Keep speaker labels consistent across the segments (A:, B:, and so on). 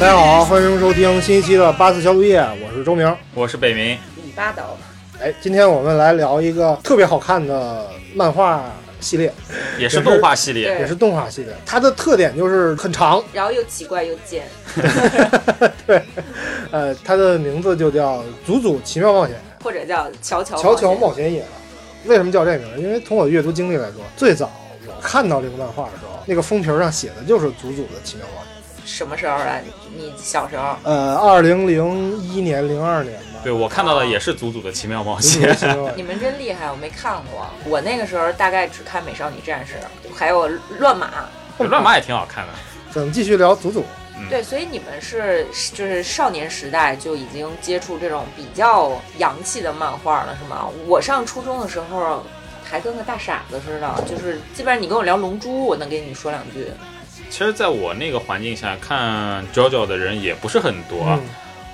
A: 大家好，欢迎收听新一期的八四小组夜，我是周明。
B: 我是北明，
C: 你八刀，
A: 哎，今天我们来聊一个特别好看的漫画系列，
B: 也是动画系列，
C: 对
A: 也是动画系列。它的特点就是很 长，
C: 然后又奇怪又贱，
A: 对，呃，它的名字就叫《祖祖奇妙冒险
C: 或者叫乔乔》，
A: 乔乔
C: 冒
A: 冒险野狼。为什么叫这名儿？因为从我的阅读经历来说，最早我看到这个漫画的时候，那个封皮儿上写的就是祖祖的奇妙冒险。
C: 险什么时候啊？你你小时候
A: 呃，二零零一年、零二年吧，
B: 对嗯我看到的也是祖祖的奇妙冒
A: 祖祖的
B: 险。
A: 奇 妙冒
C: 你
A: 险。
C: 们真厉害，我没看过。我那个时候大概只看《美少女战士》，还有《乱马》。
B: 对乱马也挺好看的，
A: 咱们继续聊祖祖。
C: 对，所以你们是就是少年时代就已经接触这种比较洋气的漫画了，是吗？我上初中的时候还跟个大傻子似的，就是基本上你跟我聊《龙珠》，我能给你说两句。
B: 其实，在我那个环境下看 JoJo 的人也不是很多，
A: 嗯，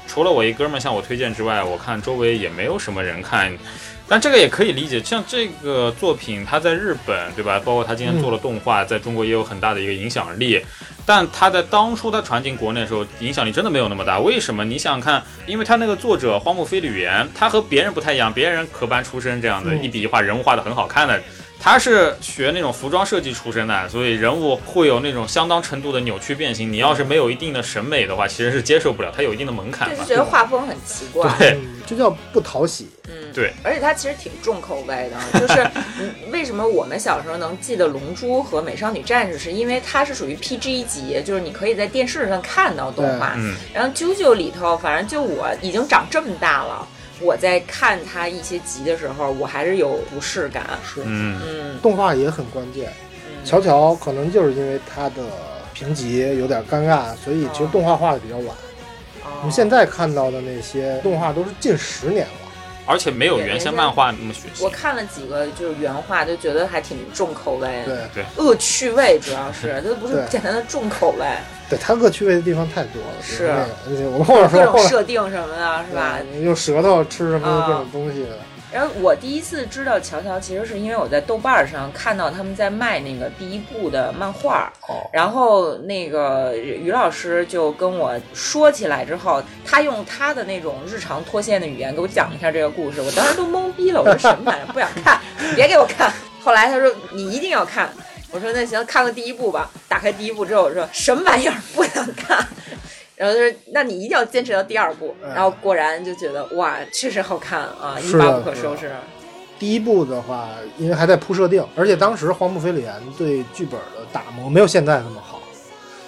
B: 除了我一哥们儿向我推荐之外，我看周围也没有什么人看。但这个也可以理解，像这个作品，它在日本，对吧？包括它今天做了动画，在中国也有很大的一个影响力。但它在当初它传进国内的时候，影响力真的没有那么大。为什么？你想想看，因为它那个作者荒木飞吕彦，他和别人不太一样，别人科班出身这样的，
A: 嗯
B: 一笔一画人物画的很好看的，他是学那种服装设计出身的，所以人物会有那种相当程度的扭曲变形。你要是没有一定的审美的话，其实是接受不了，它有一定的门槛
C: 就
B: 嘛
C: 是。觉得画风很奇怪。
B: 对，
A: 嗯 这叫不讨喜。
C: 嗯，
B: 对，
C: 而且它其实挺重口味 的，就是嗯为什么我们小时候能记得《龙珠》和《美少女战士》，是因为它是属于 PG 级，就是你可以在电视上看到动画。
B: 嗯，
C: 然后《啾啾》里头，反正就我已经长这么大了，我在看它一些集的时候，我还是有不适感。
A: 是，
B: 嗯，
C: 嗯，
A: 动画也很关键。
C: 嗯
A: 乔乔可能就是因为他的评级有点尴尬，所以其实动画画的比较晚。我
C: 哦
A: 们现在看到的那些动画都是近十年了。
B: 而且没有原先漫画那么血
C: 我
B: 腥。
C: 看了几个就是原画，就觉得还挺重口味的，
A: 对，
C: 恶趣味主要是，这不是
A: 对
C: 简单的重口味。
A: 对，他恶趣味的地方太多了。比如
C: 是啊
A: 那个而且我们后面
C: 各
A: 说，
C: 种
A: 后面
C: 设定什么的，是吧？
A: 对用舌头吃什么
C: 啊
A: 各种东西的。
C: 然后我第一次知道乔乔，其实是因为我在豆瓣上看到他们在卖那个第一部的漫画，
A: 哦，
C: 然后那个于老师就跟我说起来之后，他用他的那种日常脱线的语言给我讲了一下这个故事，我当时都懵逼了，我说什么玩意儿，不想看，别给我看。后来他说你一定要看，我说那行，看个第一部吧。打开第一部之后，我说什么玩意儿，不想看。然后他说：“那你一定要坚持到第二部。”然后果然就觉得哇，确实好看啊，一
A: 是的
C: 发不可
A: 是的
C: 收拾。
A: 第一部的话，因为还在铺设定，而且当时荒木飞吕彦对剧本的打磨没有现在那么好。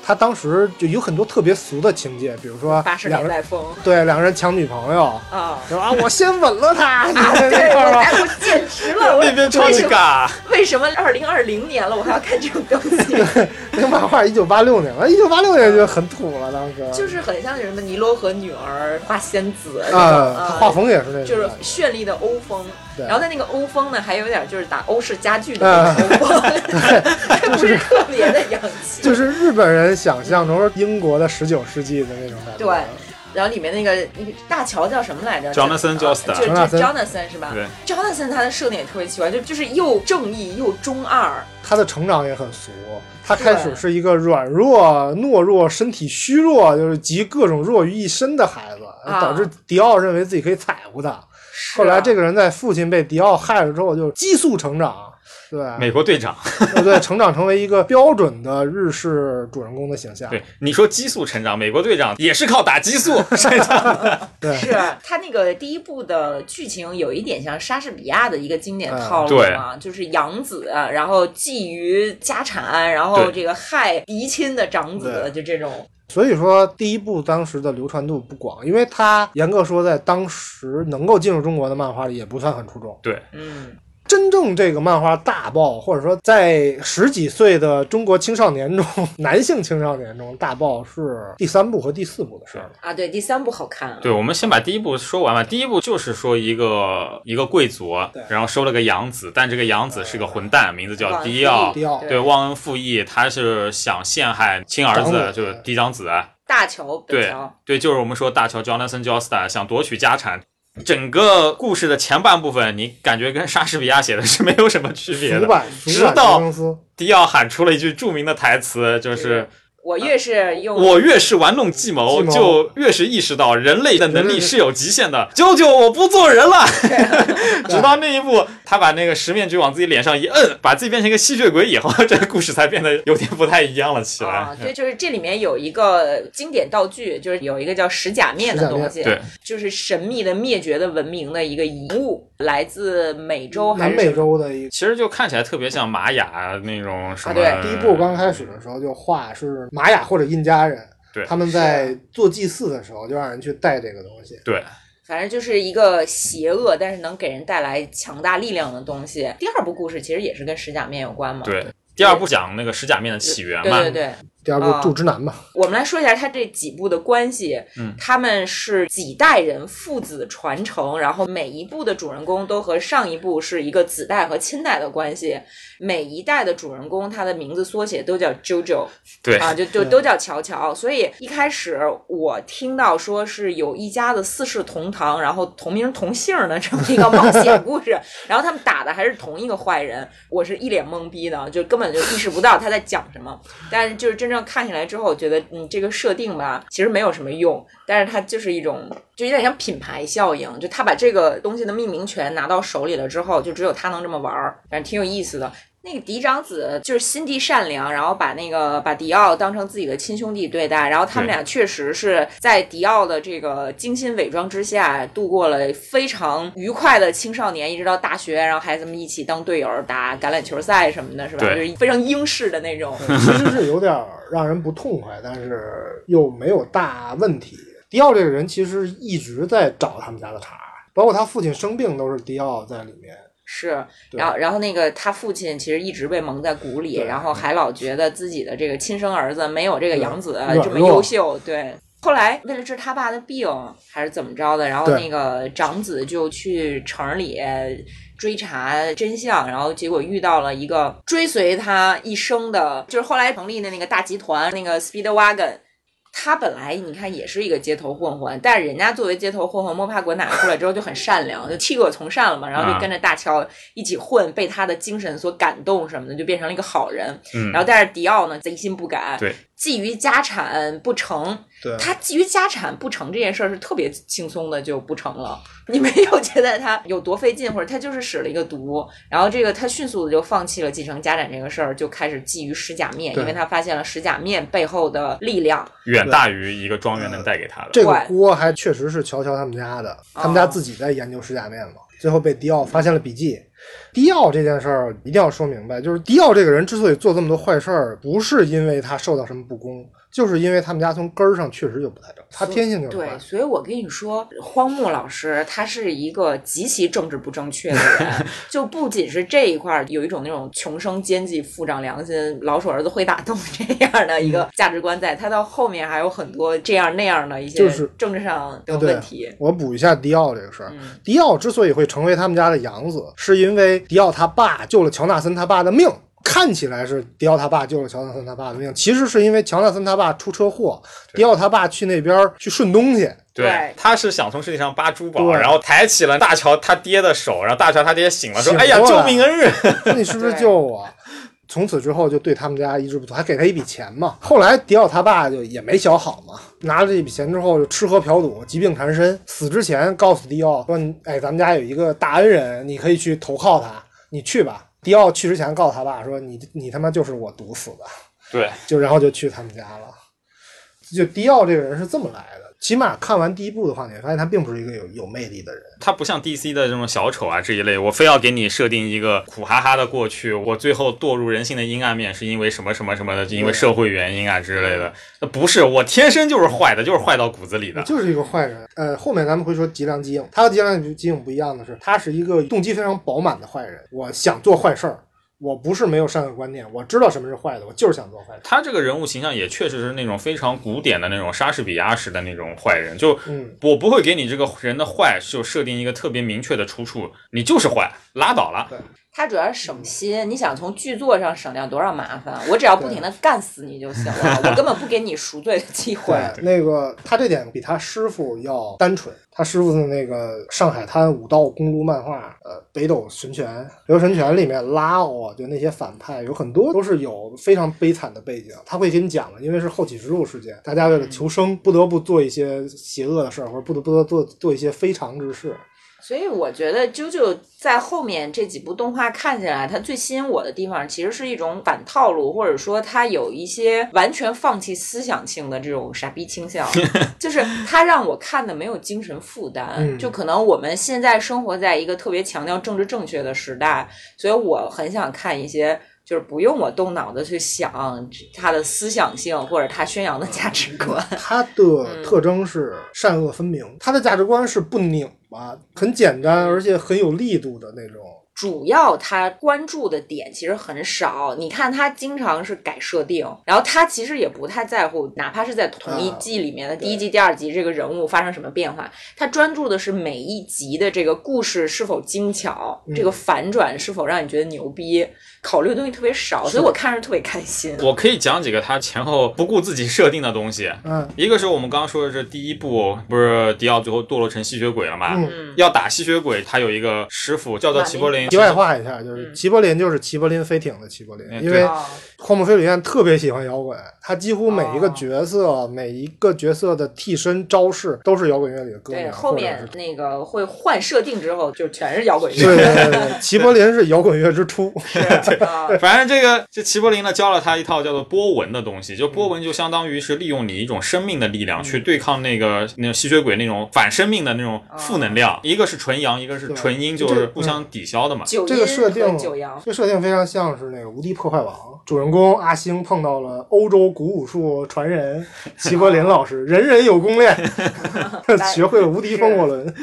A: 他当时就有很多特别俗的情节，比如说
C: 八十
A: 两
C: 年
A: 个人
C: 代风
A: 对两个人抢女朋友，
C: 啊。
A: 然后啊我先吻了她，你在
C: 对，
A: 那块儿
C: 我
A: 啊吧
C: 哎，我简直了！我
B: 那边超
C: 为
B: 级
C: 什么
B: 尬，
C: 为什么二零二零年了，我还要看这种东西？
A: 那个漫画一九八六年了，一九八六年就很土了，当时
C: 就是很像什么尼罗河女儿、花仙子那种呃
A: 啊，他画风也是那种，
C: 就是绚丽的欧风，
A: 对啊
C: 然后在那个欧风呢，还有点就是打欧式家具的那种欧风，还不是特别的洋气。
A: 就是日本人想象中英国的十九世纪的那种感觉，
C: 对然后里面那个那个大乔叫什么来着
B: Jonathan
C: 就
B: Joestar
C: 就就
A: Jonathan
C: Jonathan 是吧？
B: 对
C: Jonathan 他的设定也特别奇怪，就就是又正义又中二，
A: 他的成长也很俗。他开始是一个软弱、懦弱、身体虚弱，就是集各种弱于一身的孩子，
C: 啊
A: 导致迪奥认为自己可以踩乎他。
C: 是啊
A: 后来这
C: 个
A: 个人在父亲被迪奥害了之后，就激素成长，对
B: 美国队长，
A: 呃对，成长成为一个标准的日式主人公的形象。
B: 对你说激素成长，美国队长也 是靠打激素成长。
A: 对
C: 是他那个第一部的剧情有一点像莎士比亚的一个经典套
B: 嗯
C: 路
B: 对
C: 嘛，就是养子，然后觊觎家产，然后
B: 对
C: 这个害嫡亲的长子，就这种。
A: 所以说，第一部当时的流传度不广，因为它严格说，在当时能够进入中国的漫画里也不算很出众。
B: 对，
C: 嗯，
A: 真正这个漫画大爆，或者说在十几岁的中国青少年中， 男性青少年中大爆是第三部和第四部的事儿了。
C: 啊，对，第三部好看啊。
B: 对，我们先把第一部说完吧。第一部就是说一个一个贵族啊
A: 对，
B: 然后收了个养子，但这个养子是个混蛋，名字叫
C: 忘记
B: 迪奥。
A: 迪奥
B: 对，忘恩负义，他是想陷害亲儿
A: 长
B: 子，
A: 子
B: 就是嫡长子。
C: 大乔，北
B: 对
C: 乔，
B: 对，就是我们说大乔 Jonathan Joestar 想夺取家产。整个故事的前半部分，你感觉跟莎士比亚写的是没有什么区别
A: 俗
B: 的。
A: 版，
B: 直
A: 俗版
B: 到
A: 公司，
B: 迪奥喊出了一句著名的台词，就是
C: 我越是用
B: 啊我越是玩弄计谋，
A: 计谋
B: 就越是意识到人类的能
A: 人
B: 力
A: 类
B: 是有极限的。啾啾，我不做人了， 直到那一步，他把那个十面锥往自己脸上一摁，把自己变成一个吸血鬼以后，这个故事才变得有点不太一样了起来
C: 啊，。对，就是这里面有一个经典道具，就是有一个叫石甲面的东西，
B: 对，
C: 就是神秘的灭绝的文明的一个遗物，来自美洲还
A: 南
C: 是什
A: 美
C: 么
A: 洲的一个。
B: 其实就看起来特别像玛雅那种什么。
C: 啊
A: 第
C: 对
A: 一部刚开始的时候就画是玛雅或者印加人，
B: 对
A: 他们在做祭祀的时候就让人去带这个东西。
B: 对，
C: 反正就是一个邪恶，但是能给人带来强大力量的东西。第二部故事其实也是跟石甲面有关嘛。
B: 对，第二部讲那个石甲面的起源
C: 对
B: 嘛，
C: 对对，
A: 第二部
C: 啊
A: 《祝之南》嘛，
C: 我们来说一下它这几部的关系。
B: 嗯
C: 他们是几代人父子传承，然后每一部的主人公都和上一部是一个子代和亲代的关系。每一代的主人公，他的名字缩写都叫 JoJo
B: 对
C: 啊，就就
A: 对
C: 都叫乔乔。所以一开始我听到说是有一家子四世同堂，然后同名同姓的这么一个冒险故事， 然后他们打的还是同一个坏人，我是一脸懵逼的，就根本就意识不到他在讲什么。但是就是真正看起来之后，我觉得嗯，这个设定吧，其实没有什么用，但是它就是一种，就有点像品牌效应，就他把这个东西的命名权拿到手里了之后，就只有他能这么玩儿，反正挺有意思的。那个嫡长子就是心地善良，然后把那个把迪奥当成自己的亲兄弟对待，然后他们
B: 对
C: 俩确实是在迪奥的这个精心伪装之下度过了非常愉快的青少年，一直到大学，然后孩子们一起当队友打橄榄球赛什么的，是吧？就
B: 对
C: 是非常英式的那 种。
A: 其实是有点儿让人不痛快，但是又没有大问题。迪奥这个人其实一直在找他们家的茬儿，包括他父亲生病都是迪奥在里面。
C: 是，
A: 对
C: 然后然后那个他父亲其实一直被蒙在鼓里，
A: 对
C: 然后还老觉得自己的这个亲生儿子没有这个养子
A: 对
C: 这么
A: 软弱
C: 优秀，对。后来为了治他爸的病还是怎么着的，然后
A: 对
C: 那个长子就去城里追查真相，然后结果遇到了一个追随他一生的，就是后来成立的那个大集团那个 Speedwagon。他本来你看也是一个街头混混，但是人家作为街头混混摸爬滚打出来之后就很善良，就弃恶从善了嘛，然后就
B: 啊
C: 跟着大乔一起混，被他的精神所感动什么的，就变成了一个好人。
B: 嗯
C: 然，后但是迪奥呢贼心不改，
B: 对，
C: 觊觎家产不成，
A: 对
C: 他觊觎家产不成这件事儿是特别轻松的就不成了。 你没有觉得他有多费劲，或者他就是使了一个毒，然后这个他迅速的就放弃了继承家产这个事儿，就开始觊觎石甲面，
A: 对
C: 因为他发现了石甲面背后的力量。
B: 远大于一个庄园能带给他的。
A: 这个
C: 对
A: 锅还确实是乔乔他们家的，
C: 啊
A: 他们家自己在研究石甲面嘛。最后被迪奥发现了笔记。迪奥这件事儿一定要说明白，就是迪奥这个人之所以做这么多坏事儿，不是因为他受到什么不公，就是因为他们家从根儿上确实就不太正，他天性就是坏
C: 对，。所以我跟你说，荒木老师他是一个极其政治不正确的 人，就不仅是这一块儿有一种那种穷生奸计、富长良心、老鼠儿子会打洞 这样的一
A: 嗯
C: 个价值观在，他到后面还有很多这样那样的一些
A: 就是
C: 政治上的
A: 啊对
C: 问题。
A: 我补一下迪奥这个事儿。
C: 嗯
A: 迪奥之所以会成为他们家的养子，是因为迪奥他爸救了乔纳森他爸的命。看起来是迪奥他爸救了乔纳森他爸的命，其实是因为乔纳森他爸出车祸，
B: 对
A: 迪奥他爸去那边儿去顺东西，
B: 对
C: 对，
B: 他是想从世界上扒珠宝，
A: 对
B: 然后抬起了大乔他爹的手，然后大乔他爹醒了，说：“
A: 醒
B: 哎呀，
A: 过
B: 救
A: 来
B: 命恩人
A: 说你是不是救我？从此之后就对他们家一直不错，还给他一笔钱嘛。后来迪奥他爸就也没小好嘛，拿了这笔钱之后就吃喝嫖赌，疾病缠身。死之前告诉迪奥说：“你哎，咱们家有一个大恩人，你可以去投靠他，你去吧。”迪奥去之前告诉他爸说：“你你他妈就是我毒死的。”！”
B: 对，
A: 就然后就去他们家了。就迪奥这个人是这么来的，起码看完第一部的话，你会发现他并不是一个有有魅力的人。
B: 他不像 DC 的这种小丑啊这一类，我非要给你设定一个苦哈哈的过去，我最后堕入人性的阴暗面是因为什么什么什么的，因为社会原因啊之类的。那不是，我天生就是坏的，就是坏到骨子里
A: 我
B: 的。
A: 就是一个坏人。呃，后面咱们会说吉良吉影，他和吉良吉影不一样的是，他是一个动机非常饱满的坏人。我想做坏事儿，我不是没有善恶观念，我知道什么是坏的，我就是想做坏事儿。
B: 他这个人物形象也确实是那种非常古典的那种莎士比亚式的那种坏人，就
A: 嗯，
B: 我不会给你这个人的坏就设定一个特别明确的出处，你就是坏，拉倒了。
C: 它主要是
A: 嗯
C: 省心，你想从剧作上省掉多少麻烦？我只要不停的干死你就行了，我根本不给你赎罪的机会。
A: 对，那个他这点比他师傅要单纯。他师傅的那个《上海滩武道公路漫画》，呃，《北斗神拳》《流神拳》里面拉奥就那些反派有很多都是有非常悲惨的背景，他会给你讲的，因为是后启示录事件，大家为了求生不得不做一些邪恶的事儿，或者不得不得做做一些非常之事。
C: 所以我觉得啾啾在后面这几部动画看起来，它最吸引我的地方其实是一种反套路，或者说它有一些完全放弃思想性的这种傻逼倾向，就是它让我看的没有精神负担。
A: 嗯
C: 就可能我们现在生活在一个特别强调政治正确的时代，所以我很想看一些。就是不用我动脑子去想它的思想性或者它宣扬的价值观，
A: 他的特征是善恶分明，他的价值观是不拧巴，很简单，而且很有力度的那种。
C: 主要他关注的点其实很少，你看他经常是改设定，然后他其实也不太在乎，哪怕是在同一
A: 嗯
C: 季里面的第一季、第二集这个人物发生什么变化，他专注的是每一集的这个故事是否精巧，
A: 嗯
C: 这个反转是否让你觉得牛逼，考虑的东西特别少，所以我看着特别开心。
B: 我可以讲几个他前后不顾自己设定的东西。
A: 嗯，
B: 一个是我们刚刚说的这第一部，不是迪奥最后堕落成吸血鬼了吗？
A: 嗯
C: 嗯，
B: 要打吸血鬼，他有一个师傅叫做齐柏林
A: 题。外话一下，就是
C: 嗯
A: 齐柏林就是齐柏林飞艇的齐柏林，
B: 嗯
A: 因
B: 对
A: 为
C: 哦
A: 荒木飞吕彦特别喜欢摇滚，他几乎每一个角色、每一个角色的替身招式都是摇滚乐里的歌
C: 对，
A: 名，
C: 后
A: 或者
C: 面
A: 是。
C: 那个会换设定之后，就全是摇滚
A: 对
C: 乐。
A: 对对对，齐柏林是摇滚乐之初，
C: 是 啊
B: 反正这个这齐柏林呢教了他一套叫做波纹的东西，就波纹就相当于是利用你一种生命的力
A: 嗯
B: 量去对抗那个那种吸血鬼那种反生命的那种负能量，一个是纯阳，一个是纯阴，
A: 啊对嗯
B: 就是
A: 这
B: 互相抵消的嘛。
C: 九
A: 这个
C: 阴
A: 设定
C: 和九阳，
A: 这设定非常像是那个《无敌破坏王》，主人公阿星碰到了欧洲古武术传人齐柏林老师，人人有功 练，学会了无敌风火轮。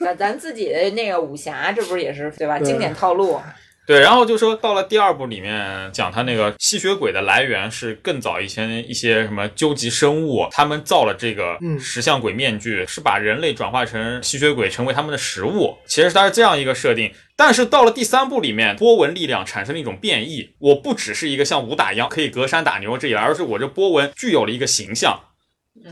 C: 咱咱自己的那个武侠，这不是也是对吧？
A: 对
C: 经典套路，
B: 对，然后就说到了第二部里面讲他那个吸血鬼的来源是更早以前一些什么究极生物，他们造了这个
A: 嗯
B: 石像鬼面具，是把人类转化成吸血鬼成为他们的食物，其实它是这样一个设定。但是到了第三部里面，波纹力量产生了一种变异，我不只是一个像武打一样可以隔山打牛这一来，而是我这波纹具有了一个形象。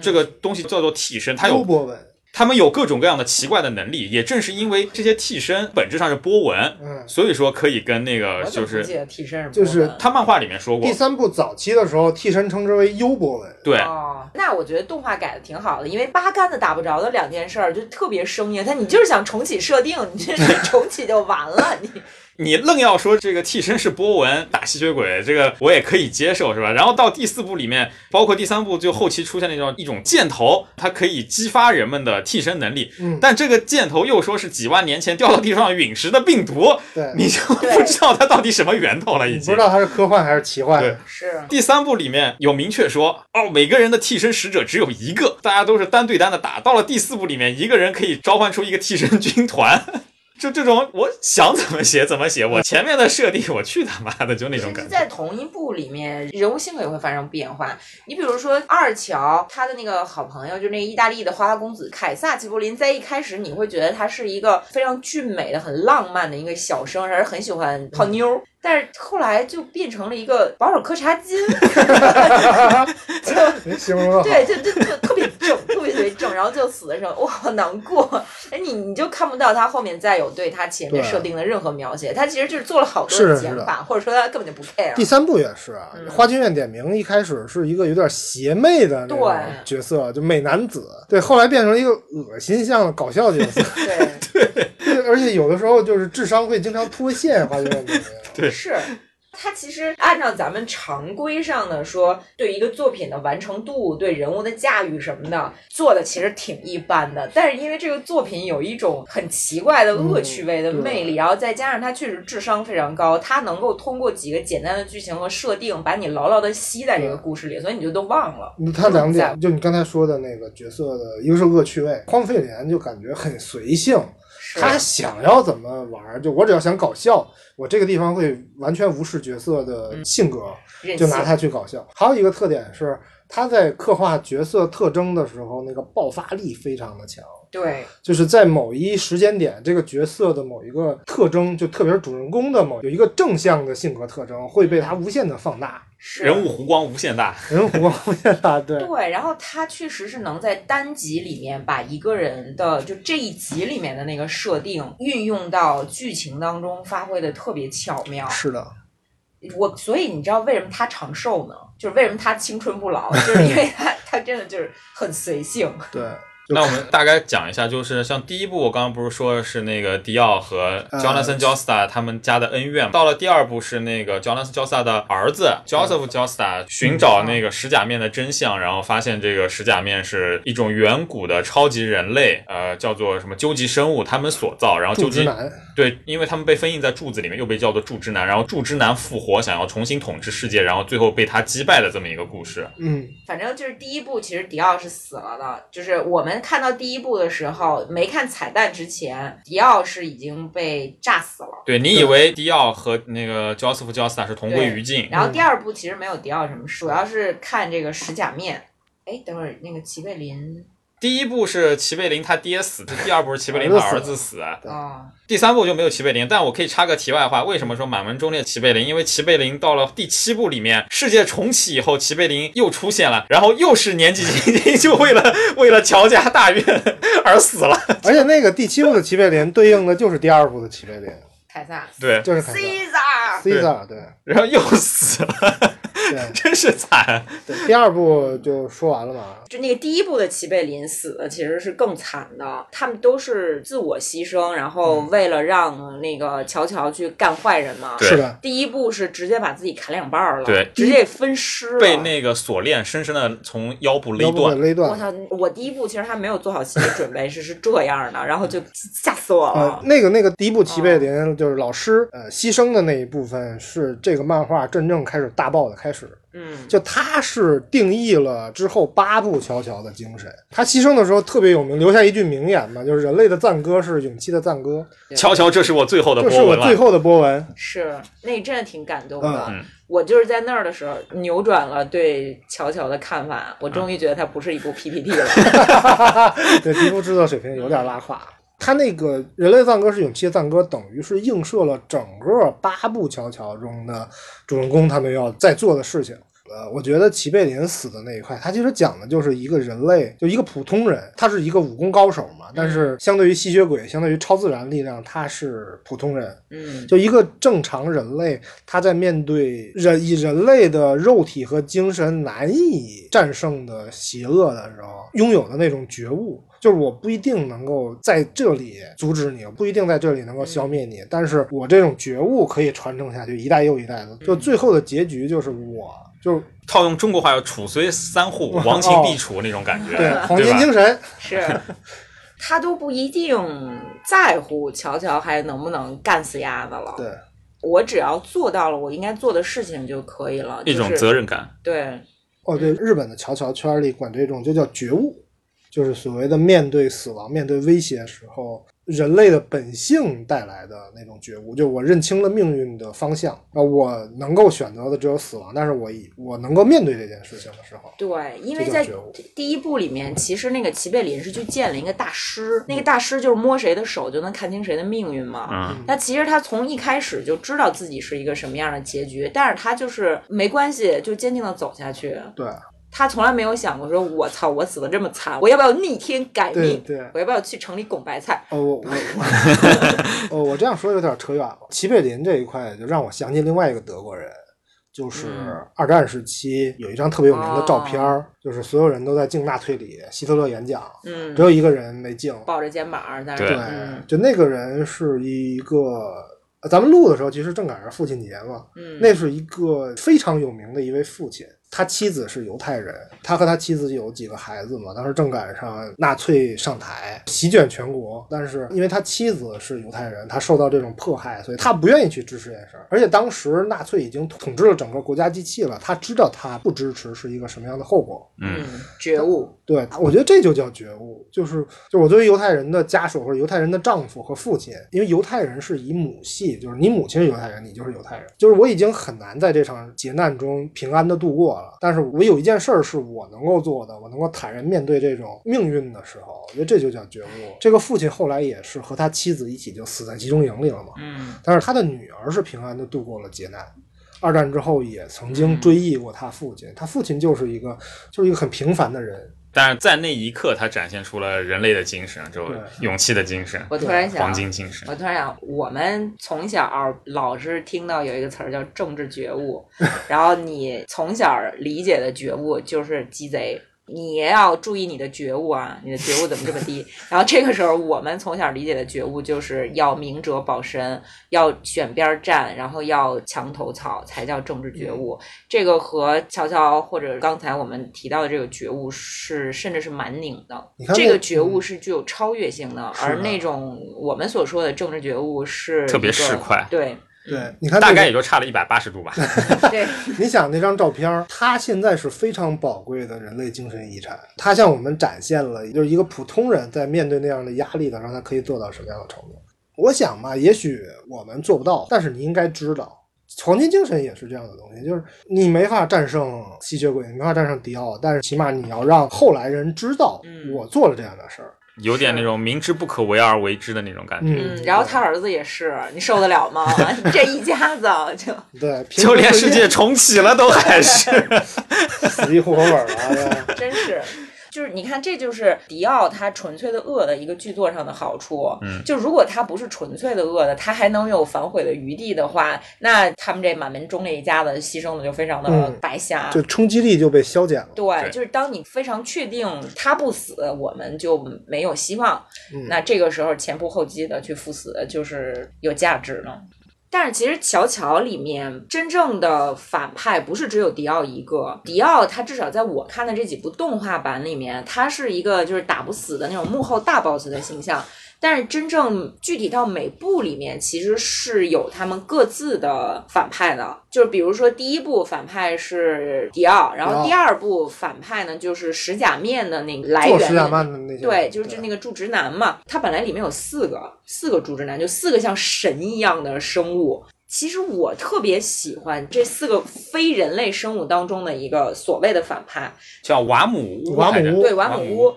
B: 这个东西叫做替身，它有
A: 欧博文，
B: 他们有各种各样的奇怪的能力，也正是因为这些替身本质上是波纹，
A: 嗯，
B: 所以说可以跟那个
C: 我怎
B: 呃就
C: 么不记
B: 是
C: 得替身是
A: 就是
C: 波纹
B: 他漫画里面说过
A: 第，三啊部早期的时候，替身称之为优博文，
B: 对，
C: 哦，那我觉得动画改的挺好的，因为八竿子打不着的两件事儿就特别生硬。但你就是想重启设定，你这是重启就完了，你
B: 你愣要说这个替身是波纹打吸血鬼，这个我也可以接受，是吧？然后到第四部里面，包括第三部就后期出现那种一种箭头，它可以激发人们的替身能力，
A: 嗯，
B: 但这个箭头又说是几万年前掉到地上陨石的病毒，
A: 对，
B: 你就
C: 对
B: 不知道它到底什么源头了，已
A: 你不
B: 经
A: 知。道它是科幻还是奇幻。
B: 对
C: 是
B: 第三部里面有明确说，哦，每个人的替身使者只有一个，大家都是单对单的打。到了第四部里面，一个人可以召唤出一个替身军团， 就这种，我想怎么写怎么写。我前面的设定，我去他妈的，就那种
C: 甚至
B: 感觉。
C: 在同一部里面，人物性格也会发生变化。你比如说二乔，他的那个好朋友，就那个意大利的花花公子凯撒·齐柏林，在一开始你会觉得他是一个非常俊美的、很浪漫的一个小生，而很喜欢泡妞
A: 嗯
C: 儿。但是后来就变成了一个保守柯察金，
A: 您 形容的好，
C: 对，就就就特别正，特别特别正，然后就死的时候，哇，好难过。哎，你你就看不到他后面再有对他前面
A: 对啊
C: 设定的任何描写，他其实就是做了好多
A: 是的
C: 减
A: 是的
C: 法，或者说他根本就不 care。
A: 第三部也是啊
C: 嗯，
A: 花君院点名一开始是一个有点邪魅的那种
C: 对
A: 角色，就美男子，对，后来变成一个恶心向的搞笑角 色，
C: 对。
A: 对而且有的时候就是智商会经常脱线。花君院点名，
B: 对
C: 是。它其实按照咱们常规上的说，对一个作品的完成度、对人物的驾驭什么的，做的其实挺一般的。但是因为这个作品有一种很奇怪的恶趣味的
A: 嗯对
C: 魅力，然后再加上它确实智商非常高，它能够通过几个简单的剧情和设定，把你牢牢的吸在这个故事里，所以你就都忘了。
A: 嗯他两点，就你刚才说的那个角色的，一个是恶趣味，荒废莲就感觉很随性，
C: 是
A: 他想要怎么玩儿，就我只要想搞笑，我这个地方会完全无视角色的性格，
C: 任
A: 就
C: 性
A: 拿它去搞笑。还有一个特点是，他在刻画角色特征的时候，那个爆发力非常的强。
C: 对，
A: 就是在某一时间点，这个角色的某一个特征，就特别是主人公的某有一个正向的性格特征，会被他无限的放大，
C: 是
B: 人物弧光无限大，
A: 人物光无限大，对，
C: 对，然后他确实是能在单集里面把一个人的就这一集里面的那个设定运用到剧情当中，发挥的特别巧妙。
A: 是的，
C: 我所以你知道为什么他长寿呢？就是为什么他青春不老，就是因为他他真的就是很随性。
A: 对，就
B: 那我们大概讲一下，就是像第一部，我刚刚不是说是那个迪奥和
A: 呃
B: Jonathan Joestar 他们家的恩怨嘛，到了第二部是那个 Jonathan Joestar 的儿子 Joseph
A: 嗯啊
B: Joestar 寻找那个石甲面的真相，然后发现这个石甲面是一种远古的超级人类，呃，叫做什么究极生物，他们所造，然后
A: 柱
B: 究
A: 之
B: 极
A: 男，
B: 对，因为他们被封印在柱子里面，又被叫做柱之男，然后柱之男复活，想要重新统治世界，然后最后被他击败的这么一个故事。
A: 嗯，
C: 反正就是第一部，其实迪奥是死了的。就是我们看到第一部的时候，没看彩蛋之前，迪奥是已经被炸死了。
B: 对你以为迪奥和那个 Joseph Joestar 是同归于尽，
C: 然后
A: 嗯
C: 第二部其实没有迪奥什么事，主要是看这个石甲面。哎，等会儿那个齐贝林
B: 第一部是齐贝林他爹死，第二部是齐贝林他儿子死，
A: 对
C: 啊，
B: 第三部就没有齐贝林。但我可以插个题外话，为什么说满门忠烈齐贝林？因为齐贝林到了第七部里面，世界重启以后，齐贝林又出现了，然后又是年纪轻轻就为了为了乔家大院而死了。
A: 而且那个第七部的齐贝林对应的就是第二部的齐贝林，
C: 凯撒
B: 对，
A: 就是凯撒
C: Caesar，
A: Caesar，对
B: 然后又死了，
A: 对
B: 真是惨。
A: 对，第二部就说完了嘛，
C: 就那个第一部的齐贝林死的其实是更惨的，他们都是自我牺牲，然后
A: 嗯
C: 为了让那个乔乔去干坏人嘛。
B: 对
A: 是的，
C: 第一部是直接把自己砍两半儿了，
B: 对
C: 直接分尸了。
B: 被那个锁链深深的从腰部勒
A: 要不
B: 断
A: 给，勒
C: 我
A: 断了。
C: 操！我第一部其实还没有做好心理准备，是是这样的，然后就吓死我
A: 呃
C: 了，。
A: 那个那个第一部齐贝林就是老师呃牺牲的那一部分，是这个漫画真正开始大爆的开始。
C: 嗯，
A: 就他是定义了之后八部乔乔的精神。他牺牲的时候特别有名，留下一句名言嘛，就是人类的赞歌是勇气的赞歌，
B: 乔乔，这是我最后的
A: 这是
B: 波
A: 我
B: 纹
A: 最
B: 了。
A: 后的波纹。
C: 是，那真的挺感动的。
B: 嗯
C: 我就是在那儿的时候扭转了对乔乔的看法，我终于
B: 嗯
C: 觉得它不是一部 PPT 了。
A: 对，皮肤制作水平有点拉胯。他那个人类赞歌是勇气的赞歌，等于是映射了整个八部乔乔中的主人公他们要在做的事情。呃，我觉得齐贝林死的那一块，他其实讲的就是一个人类，就一个普通人，他是一个武功高手嘛，但是相对于吸血鬼，相对于超自然力量，他是普通人。
C: 嗯，
A: 就一个正常人类，他在面对人以人类的肉体和精神难以战胜的邪恶的时候，拥有的那种觉悟，就是我不一定能够在这里阻止你，不一定在这里能够消灭你，但是我这种觉悟可以传承下去，一代又一代的。就最后的结局就是我，就是
B: 套用中国话叫“楚虽三户，亡秦必楚”那种感觉，
A: 对
B: 对吧？
A: 黄金精神，
C: 是，他都不一定在乎乔乔还能不能干死丫的了。
A: 对，
C: 我只要做到了我应该做的事情就可以了。
B: 一种
C: 就是
B: 责任感。
C: 对，
A: 哦，对，日本的乔乔圈里管这种就叫觉悟，就是所谓的面对死亡、面对威胁时候，人类的本性带来的那种觉悟，就我认清了命运的方向，啊，我能够选择的只有死亡，但是我以我能够面对这件事情的时候，
C: 对，因
A: 这
C: 为
A: 叫
C: 在
A: 觉悟。
C: 第一部里面，其实那个齐贝林是去见了一个大师，
A: 嗯
C: 那个大师就是摸谁的手就能看清谁的命运嘛。
B: 嗯，
C: 那其实他从一开始就知道自己是一个什么样的结局，但是他就是没关系，就坚定的走下去。
A: 对
C: 他从来没有想过说，我操，我死的这么惨，我要不要逆天改
A: 对
C: 命？
A: 对，
C: 我要不要去城里拱白菜？
A: 哦，我我我 哦，我这样说有点扯远了。齐贝林这一块就让我想起另外一个德国人，就是
C: 嗯
A: 二战时期有一张特别有名的照片儿，就是所有人都在敬大退礼，希特勒演讲，
C: 嗯
A: 只，有一个人没敬。
C: 抱着肩膀在那
B: 对
A: 对
C: 儿，嗯，
A: 就那个人是一个，呃咱们录的时候其实正赶上父亲节嘛，
C: 嗯，
A: 那是一个非常有名的一位父亲，他妻子是犹太人，他和他妻子有几个孩子嘛，当时正赶上纳粹上台席卷全国，但是因为他妻子是犹太人，他受到这种迫害，所以他不愿意去支持这件事儿。而且当时纳粹已经统治了整个国家机器了，他知道他不支持是一个什么样的后果，
C: 嗯，觉悟，
A: 对，我觉得这就叫觉悟，就是就是我作为犹太人的家属或者犹太人的丈夫和父亲，因为犹太人是以母系，就是你母亲是犹太人，你就是犹太人，就是我已经很难在这场劫难中平安的度过了，但是我有一件事儿是我能够做的，我能够坦然面对这种命运的时候，我觉得这就叫觉悟。这个父亲后来也是和他妻子一起就死在集中营里了嘛，
B: 嗯，
A: 但是他的女儿是平安的度过了劫难。二战之后也曾经追忆过他父亲，他父亲就是一个就是一个很平凡的人，
B: 但是在那一刻，他展现出了人类的精神，就
A: 对
B: 勇气的精神，
C: 我突然想
B: 黄，金精神。
C: 我突然想，我们从小老是听到有一个词儿叫政治 觉悟，然后你从小理解的觉悟就是鸡贼。你也要注意你的觉悟啊，你的觉悟怎么这么低？ 然后这个时候，我们从小理解的觉悟就是要明哲保身，要选边儿站，然后要墙头草，才叫政治
A: 嗯
C: 觉悟。这个和乔乔或者刚才我们提到的这个觉悟是，甚至是蛮拧的
A: 你看。那
C: 这个觉悟是具有超越性的，
A: 是的
C: 而那种我们所说的政治觉悟是
B: 特别
C: 一个
B: 市侩
C: 对
A: 对，你看、这
B: 大
A: 个
B: 概也就差了一百八十 度吧。
C: 对，
A: 你想那张照片儿，它现在是非常宝贵的人类精神遗产，它向我们展现了，就是一个普通人在面对那样的压力的时候，他可以做到什么样的程度。我想吧，也许我们做不到，但是你应该知道，黄金精神也是这样的东西，就是你没法战胜吸血鬼，你没法战胜迪奥，但是起码你要让后来人知道
C: 嗯
A: 我做了这样的事儿。
B: 有点那种明知不可为而为之的那种感觉，
A: 嗯
C: 嗯，然后他儿子也是，你受得了吗？ 这一家子 就
A: 对，平
B: 就连
A: 时
B: 世界 重启了都还是。
A: 死一户口本儿啊，对 吧
C: 真是。就是你看，这就是迪奥他纯粹的恶的一个剧作上的好处。
B: 嗯
C: 就如果他不是纯粹的恶的，他还能有反悔的余地的话，那他们这满门忠烈一家子牺牲的就非常的
A: 嗯
C: 白瞎。
A: 就冲击力就被消减了。
C: 对，
B: 对
C: 就是当你非常确定他不死，我们就没有希望。
A: 嗯
C: 那这个时候前仆后继的去赴死，就是有价值了。但是其实《乔乔》里面真正的反派不是只有迪奥一个，迪奥他至少在我看的这几部动画版里面，他是一个就是打不死的那种幕后大 boss 的形象。但是真正具体到每部里面，其实是有他们各自的反派的。就是比如说第一部反派是迪奥，然后第二部反派呢就是石假面的那个来
A: 做
C: 源
A: 施亚曼的那些人，
C: 对，就是就那个住直男嘛，他本来里面有四个，四个住直男，就四个像神一样的生物。其实我特别喜欢这四个非人类生物当中的一个所谓的反派，
B: 叫瓦姆乌
A: 瓦
B: 来着，
A: 姆乌
C: 对瓦
B: 瓦
C: 姆
B: 姆
C: 乌。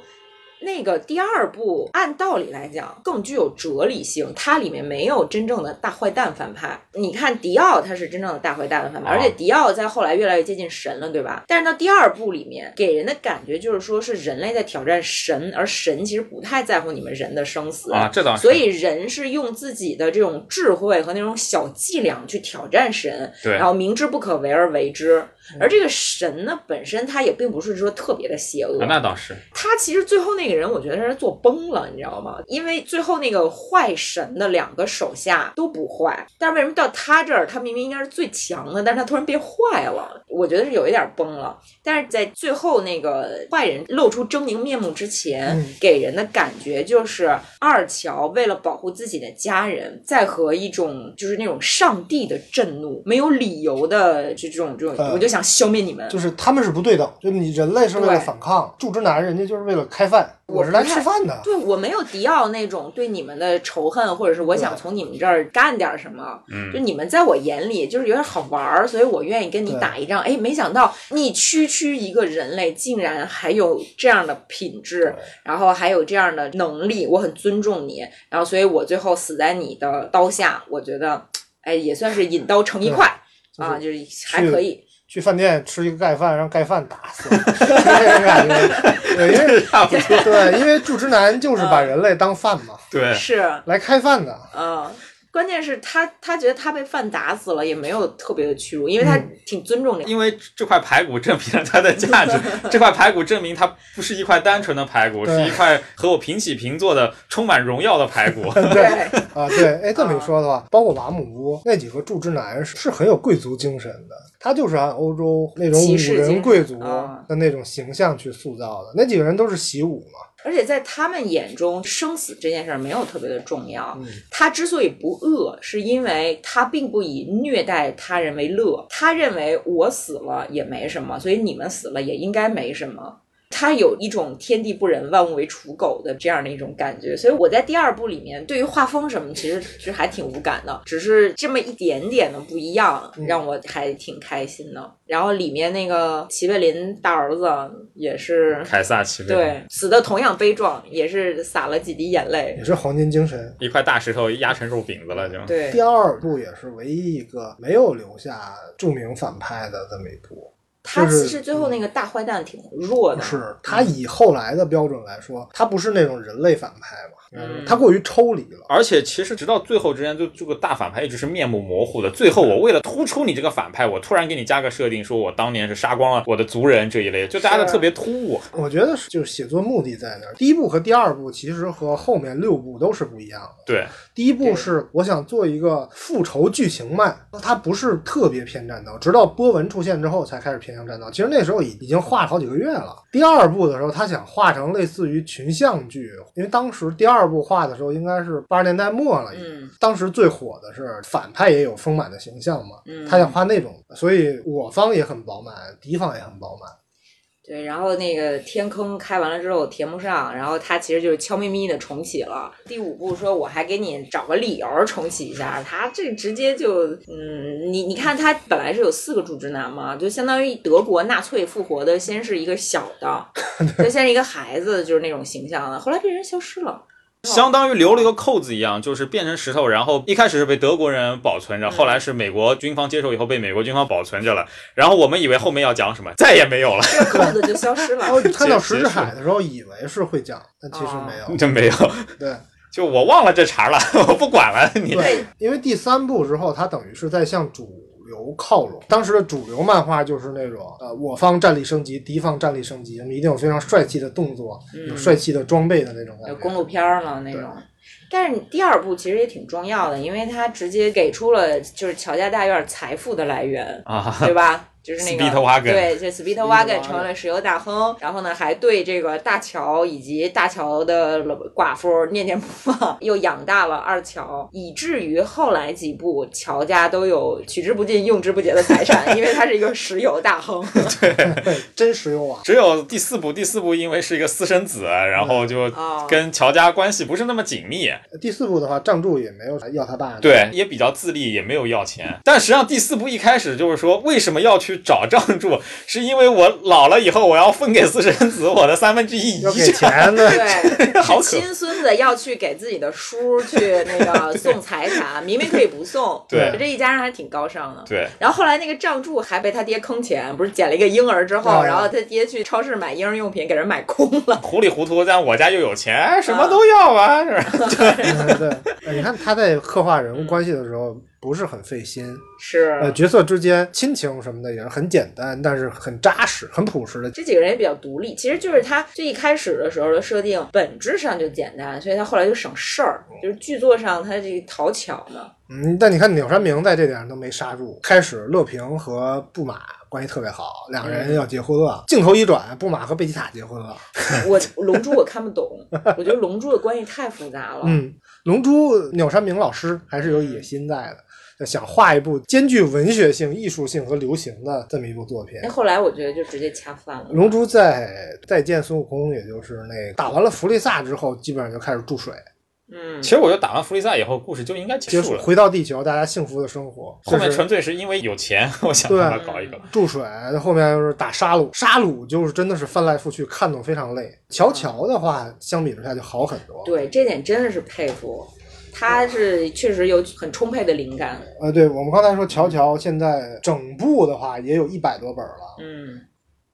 C: 那个第二部，按道理来讲更具有哲理性，它里面没有真正的大坏蛋反派。你看迪奥，他是真正的大坏蛋的反派，
B: 啊
C: 而且迪奥在后来越来越接近神了，对吧？但是到第二部里面，给人的感觉就是说是人类在挑战神，而神其实不太在乎你们人的生死
B: 啊，这倒是。
C: 所以人是用自己的这种智慧和那种小伎俩去挑战神，
B: 对嗯
C: 然后明知不可为而为之。而这个神呢，本身他也并不是说特别的邪恶
B: 啊，那倒是，
C: 他其实最后那个人，我觉得他是做崩了，你知道吗？因为最后那个坏神的两个手下都不坏，但是为什么到他这儿，他明明应该是最强的，但是他突然变坏了，我觉得是有一点崩了。但是在最后那个坏人露出狰狞面目之前，
A: 嗯
C: 给人的感觉就是二乔为了保护自己的家人，在和一种就是那种上帝的震怒，没有理由的这种这种，
A: 呃
C: 我就想消灭你们。
A: 就是他们是不对等，就你人类是为了
C: 对
A: 反抗，住之男人家就是为了开饭，我是来吃饭的。
C: 对我没有迪奥那种对你们的仇恨，或者是我想从你们这儿干点什么，就
B: 嗯，
C: 你们在我眼里就是有点好玩儿，所以我愿意跟你
A: 对
C: 打一仗。哎，没想到你区区一个人类，竟然还有这样的品质，然后还有这样的能力，我很尊重你，然后所以我最后死在你的刀下，我觉得，哎，也算是引刀成一快
A: 对
C: 啊，就是还可以。
A: 去饭店吃一个盖饭，让盖饭打死了， 是这种感觉。对， 因为
B: 差不多。
A: 对，因为住之男就是把人类当饭嘛，
B: 对，
C: 是，
A: 来开饭的。
C: 嗯，关键是他他觉得他被饭打死了，也没有特别的屈辱，因为他挺尊重你。
B: 因为这块排骨证明了它的价 值，这块排骨证明它不是一块单纯的排骨，
A: 对
B: 是一块和我平起平坐的、充满荣耀的排 骨。
C: 对，
A: 啊，对，哎，这么一说的
C: 啊
A: 话，包括瓦姆乌那几个住之男是是很有贵族精神的，他就是按欧洲那种
C: 骑
A: 武
C: 士精神
A: 人贵族
C: 啊
A: 的那种形象去塑造的。那几个人都是习武嘛，
C: 而且在他们眼中，生死这件事儿没有特别的重要。
A: 嗯
C: 他之所以不恶，是因为他并不以虐待他人为乐。他认为我死了也没什么，所以你们死了也应该没什么。它有一种天地不仁、万物为刍狗的这样的一种感觉。所以我在第二部里面对于画风什么其实是还挺无感的，只是这么一点点的不一样，让我还挺开心的。然后里面那个齐贝林大儿子也是。
B: 凯撒奇贝
C: 对，死的同样悲壮，也是洒了几滴眼泪
A: 也。是黄金精神。
B: 一块大石头压成肉饼子了就。
C: 对，
A: 第二部也是唯一一个没有留下著名反派的这么一部，
C: 他
A: 就是
C: 其实最后那个大坏蛋挺弱的，
A: 是他以后来的标准来说，他不是那种人类反派嘛，
C: 嗯
A: 他过于抽离了。
B: 而且其实直到最后之间，就这个大反派一直是面目模糊的。最后我为了突出你这个反派，我突然给你加个设定，说我当年是杀光了我的族人这一类，就啊大家都
C: 是
B: 特别突兀。
A: 我觉得是就是写作目的在那儿。第一部和第二部其实和后面六部都是不一样的。
B: 对，
A: 第一
C: 对
A: 部是我想做一个复仇剧情漫，它不是特别偏战斗，直到波纹出现之后才开始偏向战斗。其实那时候已已经画了好几个月了。第二部的时候，他想画成类似于群像剧，因为当时第二部画的时候应该是八十年代末了，已经。
C: 嗯，
A: 当时最火的是反派也有丰满的形象嘛，
C: 嗯
A: 他想画那种，所以我方也很饱满，敌方也很饱满。
C: 对，然后那个天坑开完了之后填不上，然后他其实就是悄咪咪的重启了。第五部说我还给你找个理由重启一下，他这直接就嗯，你你看他本来是有四个主之男嘛，就相当于德国纳粹复活的，先是一个小的，就先是一个孩子，就是那种形象的，后来这人消失了。
B: 相当于留了一个扣子一样，就是变成石头，然后一开始是被德国人保存着，后来是美国军方接手以后被美国军方保存着了。然后我们以为后面要讲什么，再也没有了，
C: 这个扣子就消失了
A: 然。后看到石
B: 结
A: 之
B: 束
A: 海的时候，以为是会讲，但其实没
C: 啊
A: 有。
B: 真没有。
A: 对
B: 就我忘了这茬了， 我不管了你。
A: 对，因为第三部之后，他等于是在向主。流靠拢，当时的主流漫画就是那种，呃，我方战力升级，敌方战力升级，一定有非常帅气的动作，有
C: 嗯
A: 帅气的装备的那种感
C: 有
A: 觉。
C: 公路片儿嘛那种。但是第二部其实也挺重要的，因为它直接给出了就是乔家大院财富的来 源，
B: 啊，
C: 对吧？就是那个
B: Speedwagon
C: 对，这
A: Speedwagon
C: Speedwagon 成了石油大亨，然后呢还对这个大乔以及大乔的寡妇念念不忘，又养大了二乔，以至于后来几部乔家都有取之不尽用之不竭的财产，因为他是一个石油大亨。
A: 对，真石油啊！
B: 只有第四部，第四部因为是一个私生子，然后就
C: 哦
B: 跟乔家关系不是那么紧密，
A: 第四部的话，仗助也没有要他爸。
B: 对，，也比较自立，也没有要钱。但实际上第四部一开始就是说，为什么要去找账住？是因为我老了以后，我要分给私生子我的三分之一遗
A: 要给
B: 产。
A: 钱的。
C: 对，
B: 好可
C: 亲孙子要去给自己的叔去那个送财产，明明可以不送，
B: 对
C: 这一家人还挺高尚的。
B: 对，
C: 然后后来那个仗助还被他爹坑钱，不是捡了一个婴儿之后，
A: 嗯
C: 然后他爹去超市买婴儿用品，给人买空了。
B: 糊里糊涂，但我家又有钱，什么都要啊，是吧？
A: 嗯对，呃你看他在刻画人物关系的时候不是很费心，呃，
C: 是，
A: 角色之间亲情什么的也是很简单，但是很扎实、很朴实的。
C: 这几个人也比较独立，其实就是他最一开始的时候的设定本质上就简单，所以他后来就省事儿，就是剧作上他这个讨巧嘛。
A: 嗯，但你看鸟山明在这点上都没刹住。开始乐平和布马关系特别好，两个
B: 嗯
A: 人要结婚了。镜头一转，布马和贝吉塔结
B: 啊
A: 婚了。
C: 我龙珠我看不懂， 我觉得龙珠的关系太复杂了。
A: 嗯，龙珠鸟山明老师还是有野心在的。就想画一部兼具文学性、艺术性和流行的这么一部作品
C: 那，后来我觉得就直接掐饭了。
A: 龙珠在再见孙悟空，也就是那打完了弗利萨之后，基本上就开始注水，
C: 嗯
B: 其， 实我觉得打完弗利萨以后，故事就应该结
A: 结
B: 束
A: 束
B: 了。
A: 回到地球，大家幸福的生活。
B: 后面
A: 这是
B: 纯粹是因为有钱， 我想
A: 对
B: 办法搞一个。
A: 注水，后面就是打沙鲁，沙鲁就是真的是翻来覆去看懂非常累。乔乔的话，相比之下就好很多。
C: 对，这点真的是佩服，他是确实有很充沛的灵感。
A: 呃，对我们刚才说乔乔现在整部的话也有一百多本了，
C: 嗯，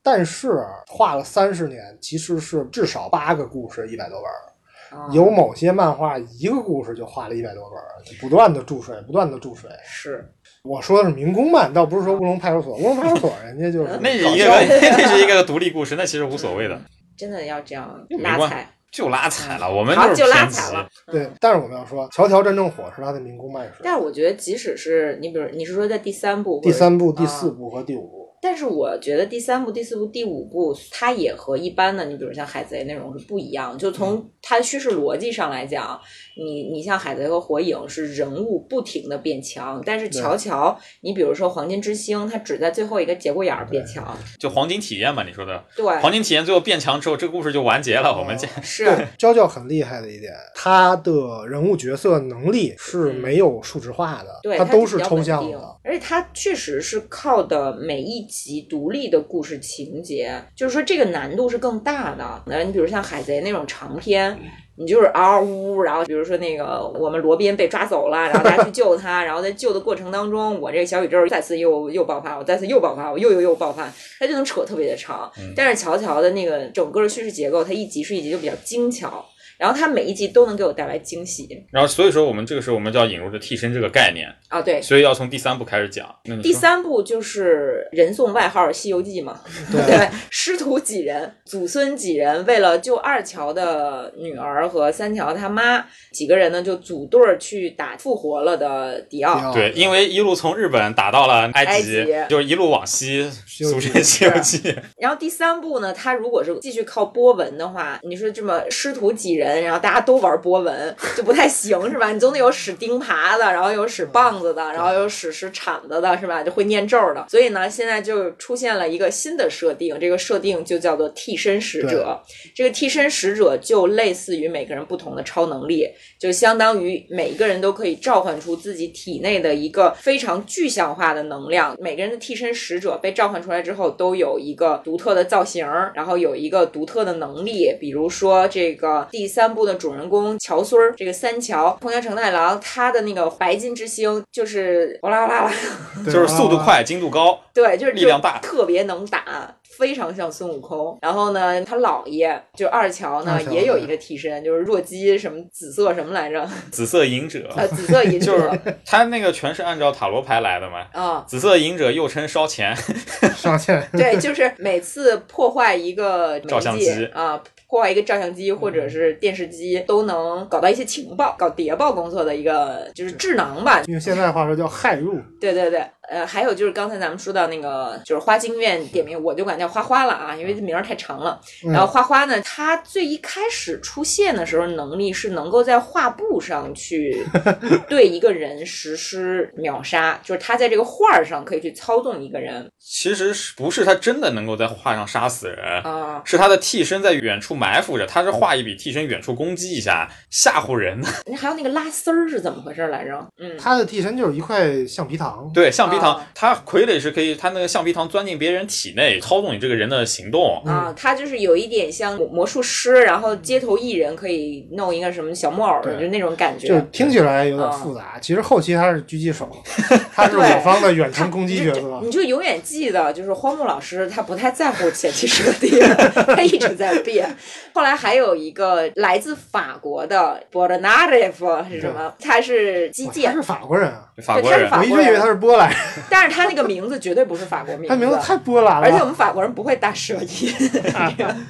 A: 但是画了三十年，其实是至少八个故事一百多本。
C: 啊
A: 有某些漫画一个故事就画了一百多本，不断的注水，不断的注水。
C: 是
A: 我说的是民工漫，倒不是说乌龙派出所。乌龙派出所人家就是
B: 那是一个，那是一个独立故事，那其实无所谓的，
C: 真的要这样
B: 没
C: 拉
B: 关
C: 踩，
B: 就拉踩了。我们
C: 嗯好
B: 是
C: 就拉
B: 偏激
C: 踩，了。嗯
A: 对，，但是我们要说，乔乔真正火是他的民工漫史，
C: 但是我觉得即使是你，比如你是说在第三部，
A: 第三部、第
C: 啊
A: 四部和第五部，
C: 但是我觉得第三部、第四部、第五部，它也和一般的你比如像海贼那种是不一样。就从它叙事逻辑上来讲，你你像海贼和火影是人物不停的变强，但是
A: 对
C: 乔乔，你比如说黄金之星，它只在最后一个节骨眼儿变强，
B: 就黄金体验嘛，你说的
C: 对，
B: 黄金体验最后变强之后，这个故事就完结了。我们
A: 哦
B: 这
C: 是。啊
A: 娇娇很厉害的一点，她的人物角色能力是没有数值化的，
C: 嗯对，
A: 她
C: 它
A: 都
C: 比
A: 是
C: 较
A: 抽
C: 稳
A: 象
C: 定
A: 的。，
C: 而且它确实是靠的每一集独立的故事情节，就是说这个难度是更大的。那你比如像海贼那种长篇。你就是嗷嗷呜呜，然后比如说那个我们罗宾被抓走了，然后大家去救他，然后在救的过程当中，我这个小宇宙再次又又爆发，我再次又爆发，我又又又爆发，它就能扯特别的长。但是乔乔的那个整个的叙事结构，它一集是一集就比较精巧，然后它每一集都能给我带来惊喜
B: 然后所以说我们这个时候我们就要引入这替身这个概念，
C: 啊！对，
B: 所以要从第三部开始讲。那你
C: 第
B: 说
C: 三部就是人送外号《西游记》嘛，
A: 对
C: 对，师徒几人，祖孙几人，为了救二乔的女儿和三乔他妈，几个人呢就组队儿去打复活了的迪
A: 迪
C: 奥。
A: 奥
B: 啊对，因为一路从日本打到了埃及，
C: 埃及
B: 就是一路往西，
A: 游
B: 俗
A: 记
B: 称《西游记》。
C: 然后第三部呢，他如果是继续靠波纹的话，你说这么师徒几人，然后大家都玩波纹，就不太行是吧？你总得有使钉耙的，然后有使棒子的，然后有使使铲子的是吧？就会念咒的。所以呢，现在就出现了一个新的设定，这个设定就叫做替身使者。这个替身使者就类似于每个人不同的超能力，就相当于每一个人都可以召唤出自己体内的一个非常具象化的能量。每个人的替身使者被召唤出来之后，都有一个独特的造型，然后有一个独特的能力。比如说这个第三部的主人公乔孙儿，这个三乔空间承太郎，他的那个白金之星就是哗啦哗啦啦，
A: 对啊
B: 就是速度，快、精度高。
C: 对，就是
B: 力量大
C: 就特别能打，非常像孙悟空。然后呢，他姥爷就二乔呢
A: 二乔嗯
C: 也有一个替身，就是弱鸡什么紫色什么来着，
B: 紫色隐者，
C: 啊，紫色银
B: 就
C: 者
B: 是他那个全是按照塔罗牌来的嘛。
C: 啊。
B: 紫色隐者又称烧钱，
A: 上线
C: 对，就是每次破坏一个媒介
B: 照相机
C: 啊，破坏一个照相机或者是电视机，都能搞到一些情报、搞谍报工作的一个就是智囊吧。
A: 用现在话说叫害入，
C: 对对对，呃，还有就是刚才咱们说到那个，就是花京院点名，我就管叫花花了啊，因为这名儿太长了。
A: 嗯
C: 然后花花呢，她最一开始出现的时候，能力是能够在画布上去对一个人实施秒杀，就是她在这个画儿上可以去操纵一个人
B: 其实是不是他真的能够在画上杀死人，
C: 啊。
B: 是他的替身在远处埋伏着，他是画一笔替身远处攻击一下，吓唬人。
C: 还有那个拉丝儿是怎么回事来着？嗯，
A: 她的替身就是一块橡皮糖。
B: 对，橡皮糖
C: 啊，
B: 他傀儡是可以，他那个橡皮糖钻进别人体内，操纵你这个人的行动。
A: 嗯
C: 啊，他就是有一点像魔魔术师，然后街头艺人可以弄一个什么小木偶，
A: 对
C: 就那种感觉。
A: 就是听起来有
C: 嗯
A: 点复杂，其实后期她是狙击 手，她是我方的远程攻击角色。
C: 你就永远记得，就是荒木老师他不太在乎前期设定， 他一直在变。后来还有一个来自法国的 b o r n a r e v 是什么？他是击
A: 哇她
C: 剑，
A: 是法国人啊，
B: 法国
C: 对他
B: 人
C: 是法
A: 我一直以为她是波兰人，
C: 但是他那个名字绝对不是法国名
A: 她名字
C: 字。
A: 太波兰
C: 而且我
A: 了。
C: 们法国人不会大舌 音，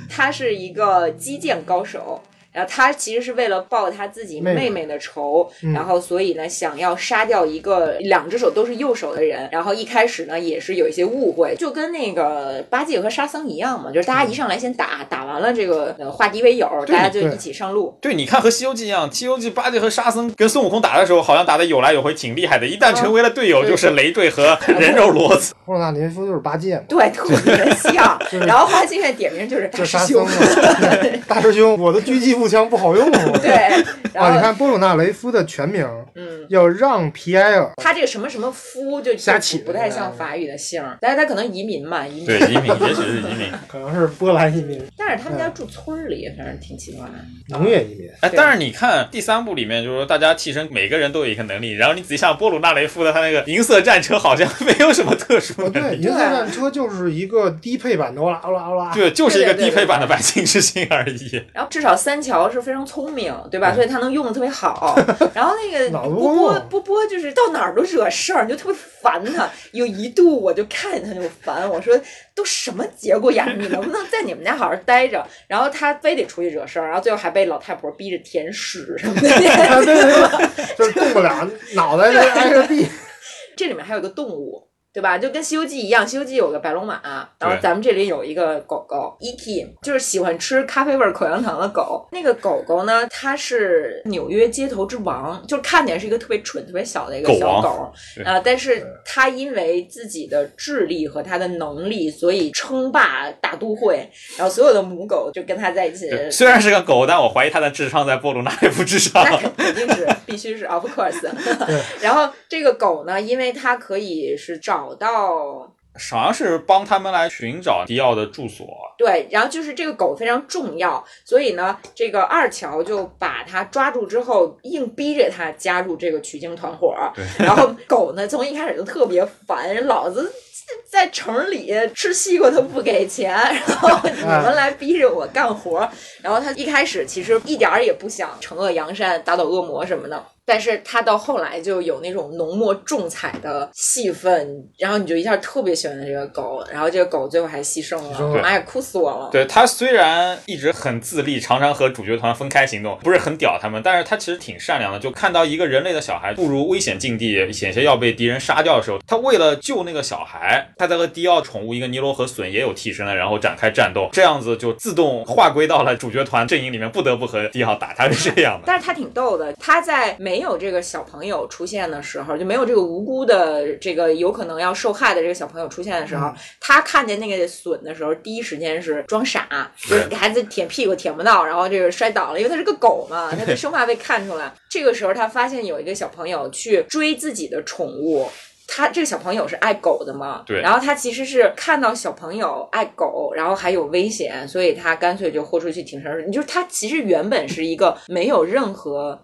C: 他是一个击剑高手。然后他其实是为了报他自己
A: 妹妹
C: 妹妹的仇，
A: 嗯
C: 然后所以呢，想要杀掉一个两只手都是右手的人。然后一开始呢，也是有一些误会，就跟那个八戒和沙僧一样嘛，就是大家一上来先打，打完了这个呃化敌为友，大
B: 对
C: 家就
A: 对
C: 一起上路。
B: 对，你看和《西游记》一样，《西游记》八戒和沙僧跟孙悟空打的时候，好像打的有来有回，挺厉害的。一旦成为了队友，
C: 对
B: 就是雷队和人肉 骡子。
A: 布鲁纳林夫就是八戒嘛，
C: 对，特别像。
A: 就是
C: 然后花京院点名就是大
A: 就是
C: 师
A: 沙僧
C: 兄，
A: 嘛。大师兄，我的狙击步枪不好用啊。
C: 对，
A: 啊，你
C: 然后
A: 看波鲁纳雷夫的全名
C: 嗯，
A: 要让皮埃尔，
C: 他这个什么什么夫就
A: 瞎起
C: 就不
A: 的
C: 太
A: 那
C: 像
A: 个
C: 法语的姓儿，但是他可能移民嘛，移
B: 对
C: 民。，
B: 移民，也许是移民。
A: 嗯可能是波兰移民、
C: 但是他
A: 嗯
C: 们家住村儿里，反正挺奇怪的。
A: 农业移民。
B: 哎，
C: 对
B: 但是你看第三部里面，就是说大家替身，每个人都有一个能力。然后你仔细像波鲁纳雷夫的他那个银色战车，好像没有什么特殊
A: 哦，
B: 能
A: 对，
B: 力。
A: 银色战车就是一个低配版的欧拉欧拉欧拉。
B: 对，就是一个
C: 啊对对
B: 低
C: 对
B: 配版的白金之星而已。
C: 然后至少三桥是非常聪明，对吧？所以他能用的特别好。 然后那个
A: 嗯脑子
C: 波
A: 不
C: 波
A: 够
C: 波波就是到哪儿都惹事儿，你就特别烦他。有一度我就看见他就烦，我说都什么节骨眼儿，你能不能在你们家好好待着？然后他非得出去惹事儿，然后最后还被老太婆逼着舔屎什么的。
A: 啊，对对对，就是动不了，脑袋就挨着地。
C: 这里面还有一个动物，对吧？就跟《西游记》一样，《西游记》有个白龙马，然后
B: 对
C: 咱们这里有一个狗狗 E.T.，就是喜欢吃咖啡味儿口香糖的狗。那个狗狗呢，它是纽约街头之王，就是看起来是一个特别蠢、特别小的一个
B: 狗
C: 小
B: 王
C: 狗，
B: 对
C: 呃，但是它因为自己的智力和它的能力，所以称霸大都会，然后所有的母狗就跟它在一起。
B: 对虽然是个狗，但我怀疑它的智商在波鲁纳列夫之上。
C: 那肯定是必须是啊 of course。然 后这个狗呢，因为它可以是找到
B: 好像是帮他们来寻找迪奥的住所，
C: 对，然后就是这个狗非常重要，所以呢，这个二乔就把它抓住之后，硬逼着它加入这个取经团伙儿。然后狗呢，从一开始就特别烦，老子在城里吃西瓜都不给钱，然后你们来逼着我干活儿。然后他一开始其实一点儿也不想惩恶扬善、打倒恶魔什么的。但是他到后来就有那种浓墨重彩的戏份，然后你就一下特别喜欢这个狗，然后这个狗最后还牺牲
A: 牲
C: 了
A: 了，
C: 妈呀，哭死我了！
B: 对他虽然一直很自立，常常和主角团分开行动，不是很屌他们，但是他其实挺善良的。就看到一个人类的小孩步入危险境地，险些要被敌人杀掉的时候，他为了救那个小孩，他在和迪奥宠物一个尼罗河隼也有替身了，然后展开战斗，这样子就自动划归到了主角团阵营里面，不得不和迪奥打，他是这样的。
C: 但是他挺逗的，他在没有这个小朋友出现的时候，就没有这个无辜的这个有可能要受害的这个小朋友出现的时
B: 嗯
C: 候，他看见那个笋的时候，第一时间是装傻，就是孩子舔屁股舔不到，然后这个摔倒了，因为他是个狗 嘛，他就生怕被看出来。这个时候他发现有一个小朋友去追自己的宠物。他这个小朋友是爱狗的嘛？
B: 对
C: 然后他其实是看到小朋友爱狗，然后还有危险，所以他干脆就豁出去挺身而出。你就是他其实原本是一个没有任何，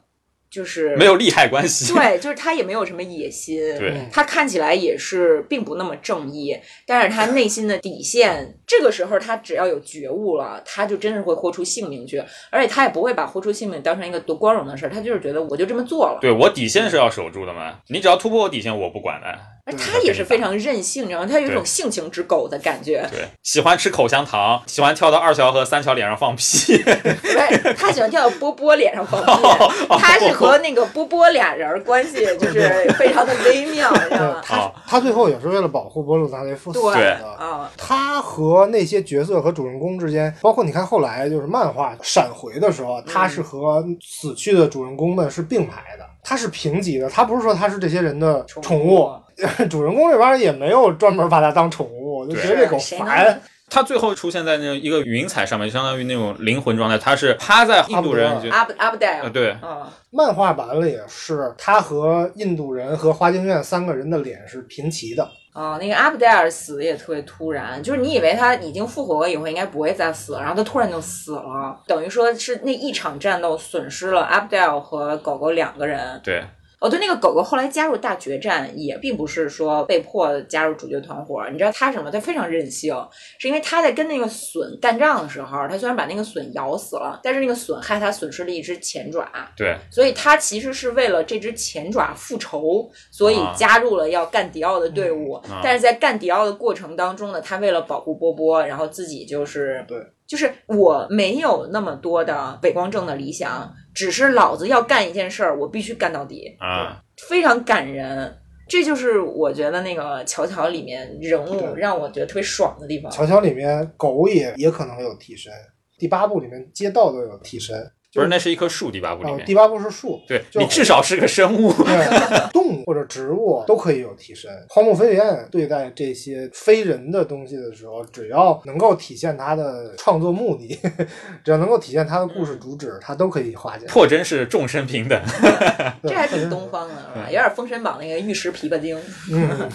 C: 就 是
B: 没有利害关系，
C: 对，就是他也没有什么野心。
B: 对
C: 他看起来也是并不那么正义，但是他内心的底线，这个时候他只要有觉悟了，他就真是会豁出性命去，而且他也不会把豁出性命当成一个多光荣的事儿，他就是觉得我就这么做了。
B: 对我底线是要守住的嘛，你只要突破我底线，我不管的。
C: 而他也是非常任性，然后他有一种
B: 对
C: 性情之狗的感觉，
B: 对，喜欢吃口香糖，喜欢跳到二乔和三乔脸上放屁。
C: 对，他喜欢跳到波波脸上放屁。
B: 哦
C: 他是和那个波波俩人儿关系就是非常的微妙，你知道 吗？
A: 他他最后也是为了保护波鲁达雷夫死
C: 啊对
A: 的。
C: 啊，
A: 他和那些角色和主人公之间，包括你看后来就是漫画闪回的时候，他是和死去的主人公们是并排的，他是平级的，他不是说他是这些人的宠
C: 啊
A: 物，啊 主人公这帮人也没有专门把它当宠物，就觉得这狗
C: 谁
A: 烦
C: 能。
B: 他最后出现在那一个云彩上面，相当于那种灵魂状态，他是趴在印度人就
C: 阿布阿布戴
B: 呃
C: 尔，
B: 对
C: 嗯，
A: 漫画版里也是，他和印度人和花京院三个人的脸是平齐的。
C: 哦，那个阿布戴尔死的也特别突然，就是你以为他已经复活了以后应该不会再死了，然后他突然就死了，等于说是那一场战斗损失了阿布戴尔和狗狗两个人。
B: 对，
C: 哦，对，那个狗狗后来加入大决战也并不是说被迫加入主角团伙，你知道它什么？它非常任性，是因为它在跟那个隼干仗的时候，它虽然把那个隼咬死了，但是那个隼害它损失了一只前爪，
B: 对，
C: 所以他其实是为了这只前爪复仇，所以加入了要干迪奥的队伍。
B: 啊嗯啊
C: 但是在干迪奥的过程当中呢，他为了保护波波，然后自己就是
A: 对，
C: 就是我没有那么多的伪光正的理想，只是老子要干一件事儿，我必须干到底，
B: 啊，
C: 非常感人。这就是我觉得那个《乔乔》里面人物
A: 对
C: 让我觉得特别爽的地方。
A: 乔乔里面狗也也可能有替身，第八部里面街道都有替身，
B: 不是那是一棵树，第八部里
A: 哦，
B: 面，
A: 第八部是树，
B: 对
A: 就
B: 你至少是个生物，
A: 对， 动物或者植物都可以有替身。荒木飞彦对待这些非人的东西的时候，只要能够体现他的创作目的， 只要能够体现他的故事主旨，他都可以化解。
B: 破真是众生平等。
A: 对
C: 这还挺东。方的，是吧？有点《封神榜》那个玉石琵琶精。
A: 嗯，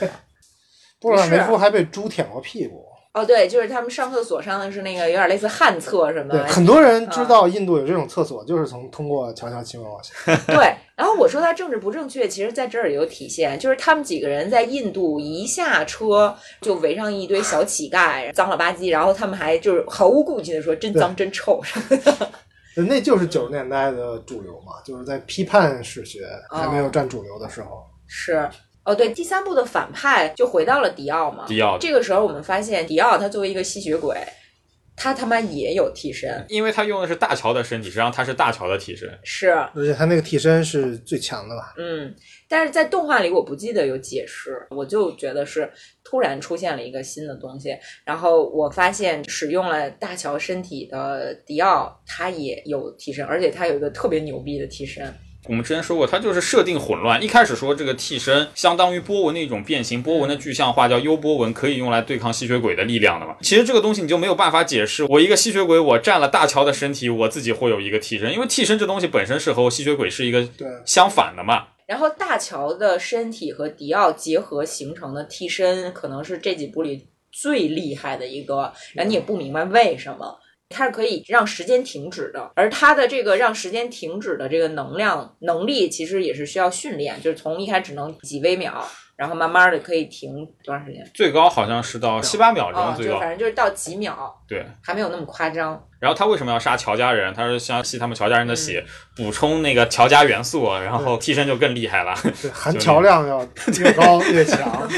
A: 对。布朗维夫啊还被猪舔过屁股。
C: 哦，对，就是他们上厕所上的是那个有点类似旱厕什么
A: 对，
C: 的，
A: 很多人知道印度有这种厕所，就是从通过乔乔亲吻往下。
C: 对。然后我说他政治不正确，其实在这儿也有体现，就是他们几个人在印度一下车就围上一堆小乞丐，脏了吧唧，然后他们还就是毫无顾忌的说真脏真臭什么的。
A: 那就是九十年代的主流嘛，就是在批判史学还没有
C: 哦
A: 占主流的时候。
C: 是。哦，对，第三部的反派就回到了迪奥嘛。
B: 迪奥
C: 这个时候我们发现，迪奥他作为一个吸血鬼，他他妈也有替身，
B: 因为他用的是大乔的身体，实际上他是大乔的替身。
C: 是，
A: 而且他那个替身是最强的吧？
C: 嗯，但是在动画里我不记得有解释，我就觉得是突然出现了一个新的东西，然后我发现使用了大乔身体的迪奥，他也有替身，而且他有一个特别牛逼的替身，
B: 我们之前说过，它就是设定混乱。一开始说这个替身相当于波纹的一种变形，波纹的具象化叫幽波纹，可以用来对抗吸血鬼的力量的嘛。其实这个东西你就没有办法解释，我一个吸血鬼，我占了大乔的身体，我自己会有一个替身，因为替身这东西本身是和吸血鬼是一个
A: 对
B: 相反的嘛。
C: 然后大乔的身体和迪奥结合形成的替身，可能是这几部里最厉害的一个，
B: 嗯
C: 然后你也不明白为什么。它是可以让时间停止的，而它的这个让时间停止的这个能量能力，其实也是需要训练，就是从一开始只能几微秒，然后慢慢的可以停多长时间
B: 最高好像是到七八秒钟
C: 啊、
B: 最
C: 就
B: 高，
C: 反正就是到几秒，
B: 对。
C: 还没有那么夸张。
B: 然后他为什么要杀乔家人？他是想吸他们乔
C: 嗯
B: 家人的血，补充那个乔家元素，然后替身就更厉害了。
A: 对，含乔量要越 高越强。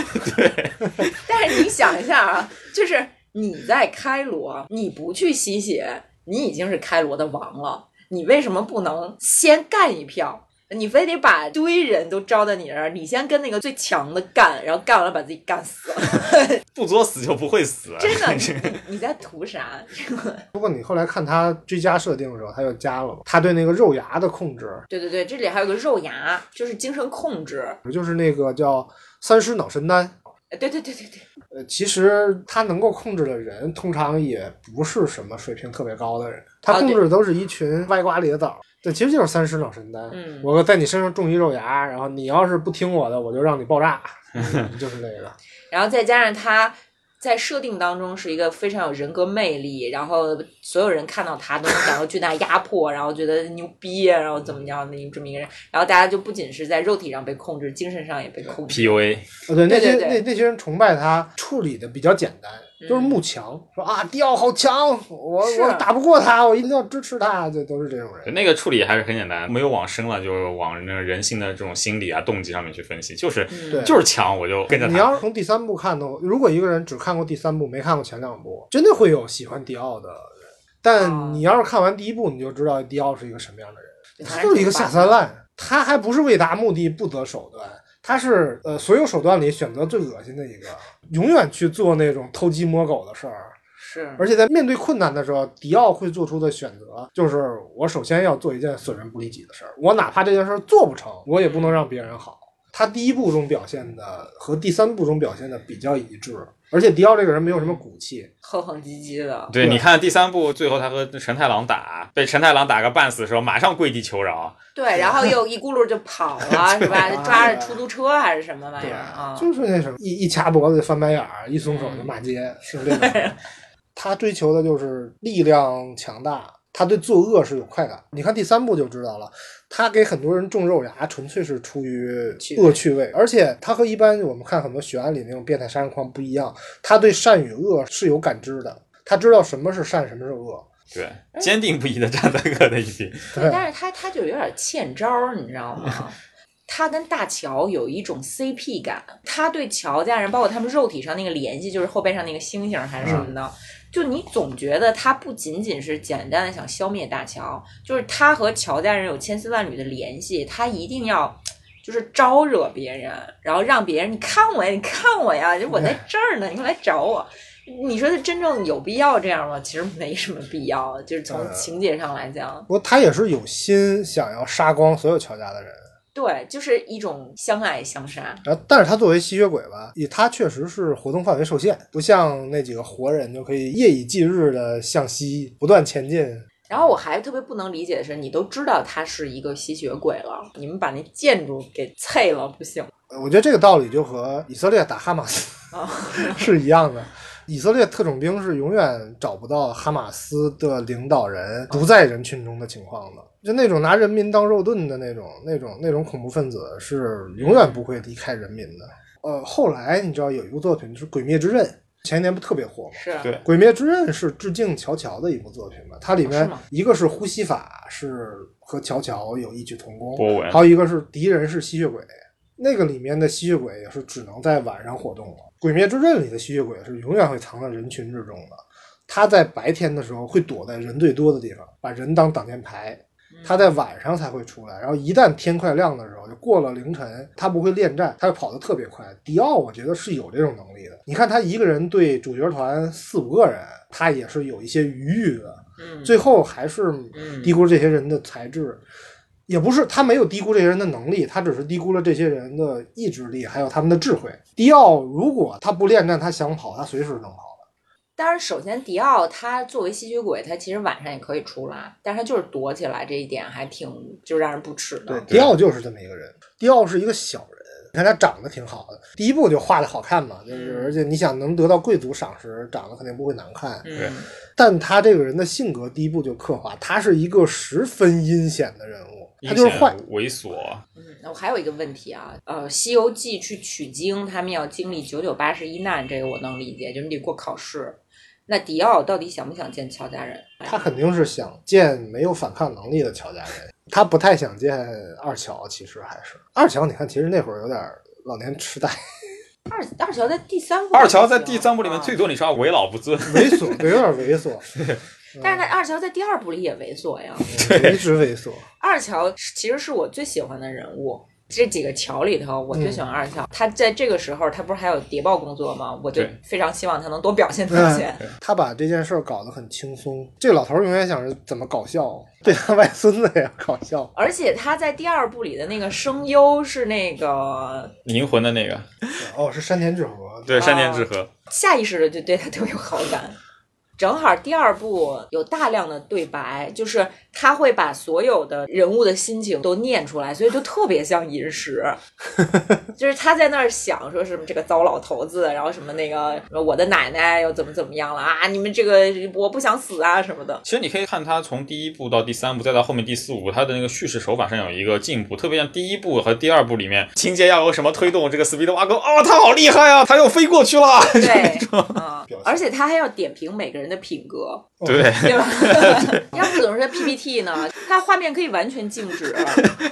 C: 但是你想一下啊， 就是你在开罗，你不去吸血，你已经是开罗的王了，你为什么不能先干一票？你非得把堆人都招到你这儿，你先跟那个最强的干，然后干完了把自己干死了，
B: 不作死就不会死。啊
C: 真的， 你你你在图啥？
A: 不过你后来看他追加设定的时候，他又加了嘛他对那个肉芽的控制，
C: 对对对，这里还有个肉芽，就是精神控制。
A: 就是那个叫三尸脑神丹。
C: 呃对对对对对，
A: 呃，其实他能够控制的人，通常也不是什么水平特别高的人，他
C: 啊
A: 控制的都是一群歪瓜裂枣。对，其实就是三尸脑神丹。
C: 嗯
A: 我在你身上种一肉芽，然后你要是不听我的，我就让你爆 炸，嗯就是那个。
C: 然后再加上他在设定当中是一个非常有人格魅力，然后所有人看到他都能感到巨大压迫，然后觉得牛逼，然后怎么着的这么一个人，然后大家就不仅是在肉体上被控制，精神上也被控制。
B: PUA
A: 啊，对，那
C: 对
A: 些
C: 对对
A: 那那些人崇拜他，处理的比较简单，就是慕强，说啊，迪奥好强，我
C: 是啊
A: 我打不过他，我一定要支持他，就都是这种人。
B: 那个处理还是很简单，没有往深了，就往那个人性的这种心理啊、动机上面去分析，就是
A: 对
B: 就是强，我就跟着
A: 你
B: 他。
A: 要是从第三部看的话，如果一个人只看过第三部，没看过前两部，真的会有喜欢迪奥的人。
C: 哦
A: 但你要是看完第一部，你就知道迪奥是一个什么样的人，他
C: 他
A: 就是一个下三滥，他还不是为达目的不择手段，他是呃所有手段里选择最恶心的一个，永远去做那种偷鸡摸狗的事儿。
C: 是
A: 而且在面对困难的时候，迪奥会做出的选择就是：我首先要做一件损人不利己的事儿，我哪怕这件事儿做不成，我也不能让别人好。他第一部中表现的和第三部中表现的比较一致，而且迪奥这个人没有什么骨气，
C: 哼哼唧唧的，
B: 对，
A: 对
B: 你看第三部最后他和陈太郎打，被陈太郎打个半死的时候，马上跪地求饶。
C: 对，然后又一咕噜就跑 了，是吧？抓着出租车还是什么玩意
A: 对
C: 儿啊？
A: 就是那什么一一掐脖子就翻白眼儿，一松手就骂
C: 嗯
A: 街，是这 种。他追求的就是力量强大，他对作恶是有快感。你看第三部就知道了，他给很多人种肉芽，纯粹是出于
C: 趣味
A: 恶趣味，而且他和一般我们看很多悬案里那种变态杀人狂不一样，他对善与恶是有感知的，他知道什么是善，什么是恶。
B: 对，
A: 哎
B: 坚定不移的站在恶的一边。
A: 对，
C: 但是他他就有点欠招儿，你知道吗？ 他跟大乔有一种 CP 感，他对乔家人，包括他们肉体上那个联系，就是后背上那个星星还是什么的，就你总觉得他不仅仅是简单的想消灭大乔，就是他和乔家人有千丝万缕的联系，他一定要就是招惹别人，然后让别人你看我呀，你看我呀，我在这儿呢，你快来找我。你说他真正有必要这样吗？其实没什么必要，就是从
A: 嗯
C: 情节上来讲。
A: 不过他也是有心想要杀光所有乔家的人。
C: 对，就是一种相爱相杀。
A: 然后，但是他作为吸血鬼吧，也他确实是活动范围受限，不像那几个活人就可以夜以继日的向西不断前进。
C: 然后我还特别不能理解的是，你都知道他是一个吸血鬼了，你们把那建筑给碎了不行吗
A: 呃我觉得这个道理就和以色列打哈马斯
C: 啊？
A: 是一样的。以色列特种兵是永远找不到哈马斯的领导人不在人群中的情况的，就那种拿人民当肉盾的那种、那种、那种恐怖分子是永远不会离开人民的。呃，后来你知道有一部作品就是《鬼灭之刃》，前年不特别火吗？
C: 是，
B: 对
A: 《鬼灭之刃》是致敬乔乔的一部作品吧？它里
C: 哦是
A: 面
C: 吗
A: 一个是呼吸法是和乔乔有异曲同工，
B: 波纹
A: 还有一个是敌人是吸血鬼，那个里面的吸血鬼也是只能在晚上活动了。《鬼灭之刃》里的吸血鬼是永远会藏在人群之中的，他在白天的时候会躲在人最多的地方，把人当挡箭牌。他在晚上才会出来，然后一旦天快亮的时候，就过了凌晨，他不会恋战，他就跑得特别快。迪奥我觉得是有这种能力的，你看他一个人对主角团四五个人，他也是有一些余裕的，
C: 嗯
A: 最后还是
C: 嗯
A: 低估这些人的才智。也不是他没有低估这些人的能力，他只是低估了这些人的意志力，还有他们的智慧。迪奥如果他不恋战，他想跑，他随时能跑。
C: 当然，首先迪奥他作为吸血鬼，他其实晚上也可以出来，但是他就是躲起来，这一点还挺就让人不齿的。
A: 对，迪奥就是这么一个人。迪奥是一个小人，你看他长得挺好的，第一部就画的好看嘛，就是
C: 嗯
A: 而且你想能得到贵族赏识，长得肯定不会难看。
B: 对
C: 嗯，
A: 但他这个人的性格，第一部就刻画，他是一个十分阴险的人物，他
B: 阴
A: 就是
B: 险啊
A: 坏。
B: 猥琐，
C: 嗯那我还有一个问题啊，呃，《西游记》去取经，他们要经历九九八十一难，这个我能理解，就是你得过考试。那迪奥到底想不想见乔家人？
A: 他肯定是想见没有反抗能力的乔家人，他不太想见二乔。其实还是二乔，你看，其实那会儿有点老年痴呆，
C: 二二乔在第三部，
B: 二乔在第三部里
A: 啊
C: 啊
B: 面最，多你说为老不尊，
A: 猥琐，对，有点猥 琐，
C: 但是他二乔在第二部里也猥琐呀。
A: 嗯一直猥琐。
C: 二乔是其实是我最喜欢的人物。这几个乔里头，我最喜欢二乔。他在这个时候，他不是还有谍报工作吗？我就
B: 对
C: 非常希望他能多表现表现。
A: 他把这件事儿搞得很轻松。这老头儿永远想着怎么搞笑，对他外孙子也要搞笑。
C: 而且他在第二部里的那个声优是那个
B: 灵魂的那个，
A: 哦，是山田智和，
B: 对，山田智和，
C: 下意识的就对他特别有好感。正好第二部有大量的对白，就是他会把所有的人物的心情都念出来，所以就特别像饮食。就是他在那儿想说什么这个糟老头子，然后什么那个什么我的奶奶又怎么怎么样了啊，你们这个我不想死啊什么的。
B: 其实你可以看他从第一部到第三部，再到后面第四部，他的那个叙事手法上有一个进步，特别像第一部和第二部里面情节要有什么推动，这个 Speed 挖沟，哦，他好厉害啊，他又飞过去了，
C: 对，嗯
A: 表情，
C: 而且他还要点评每个人的品格，
B: 对，
C: 对吧？要不怎么是 PPT 呢？它画面可以完全静 止，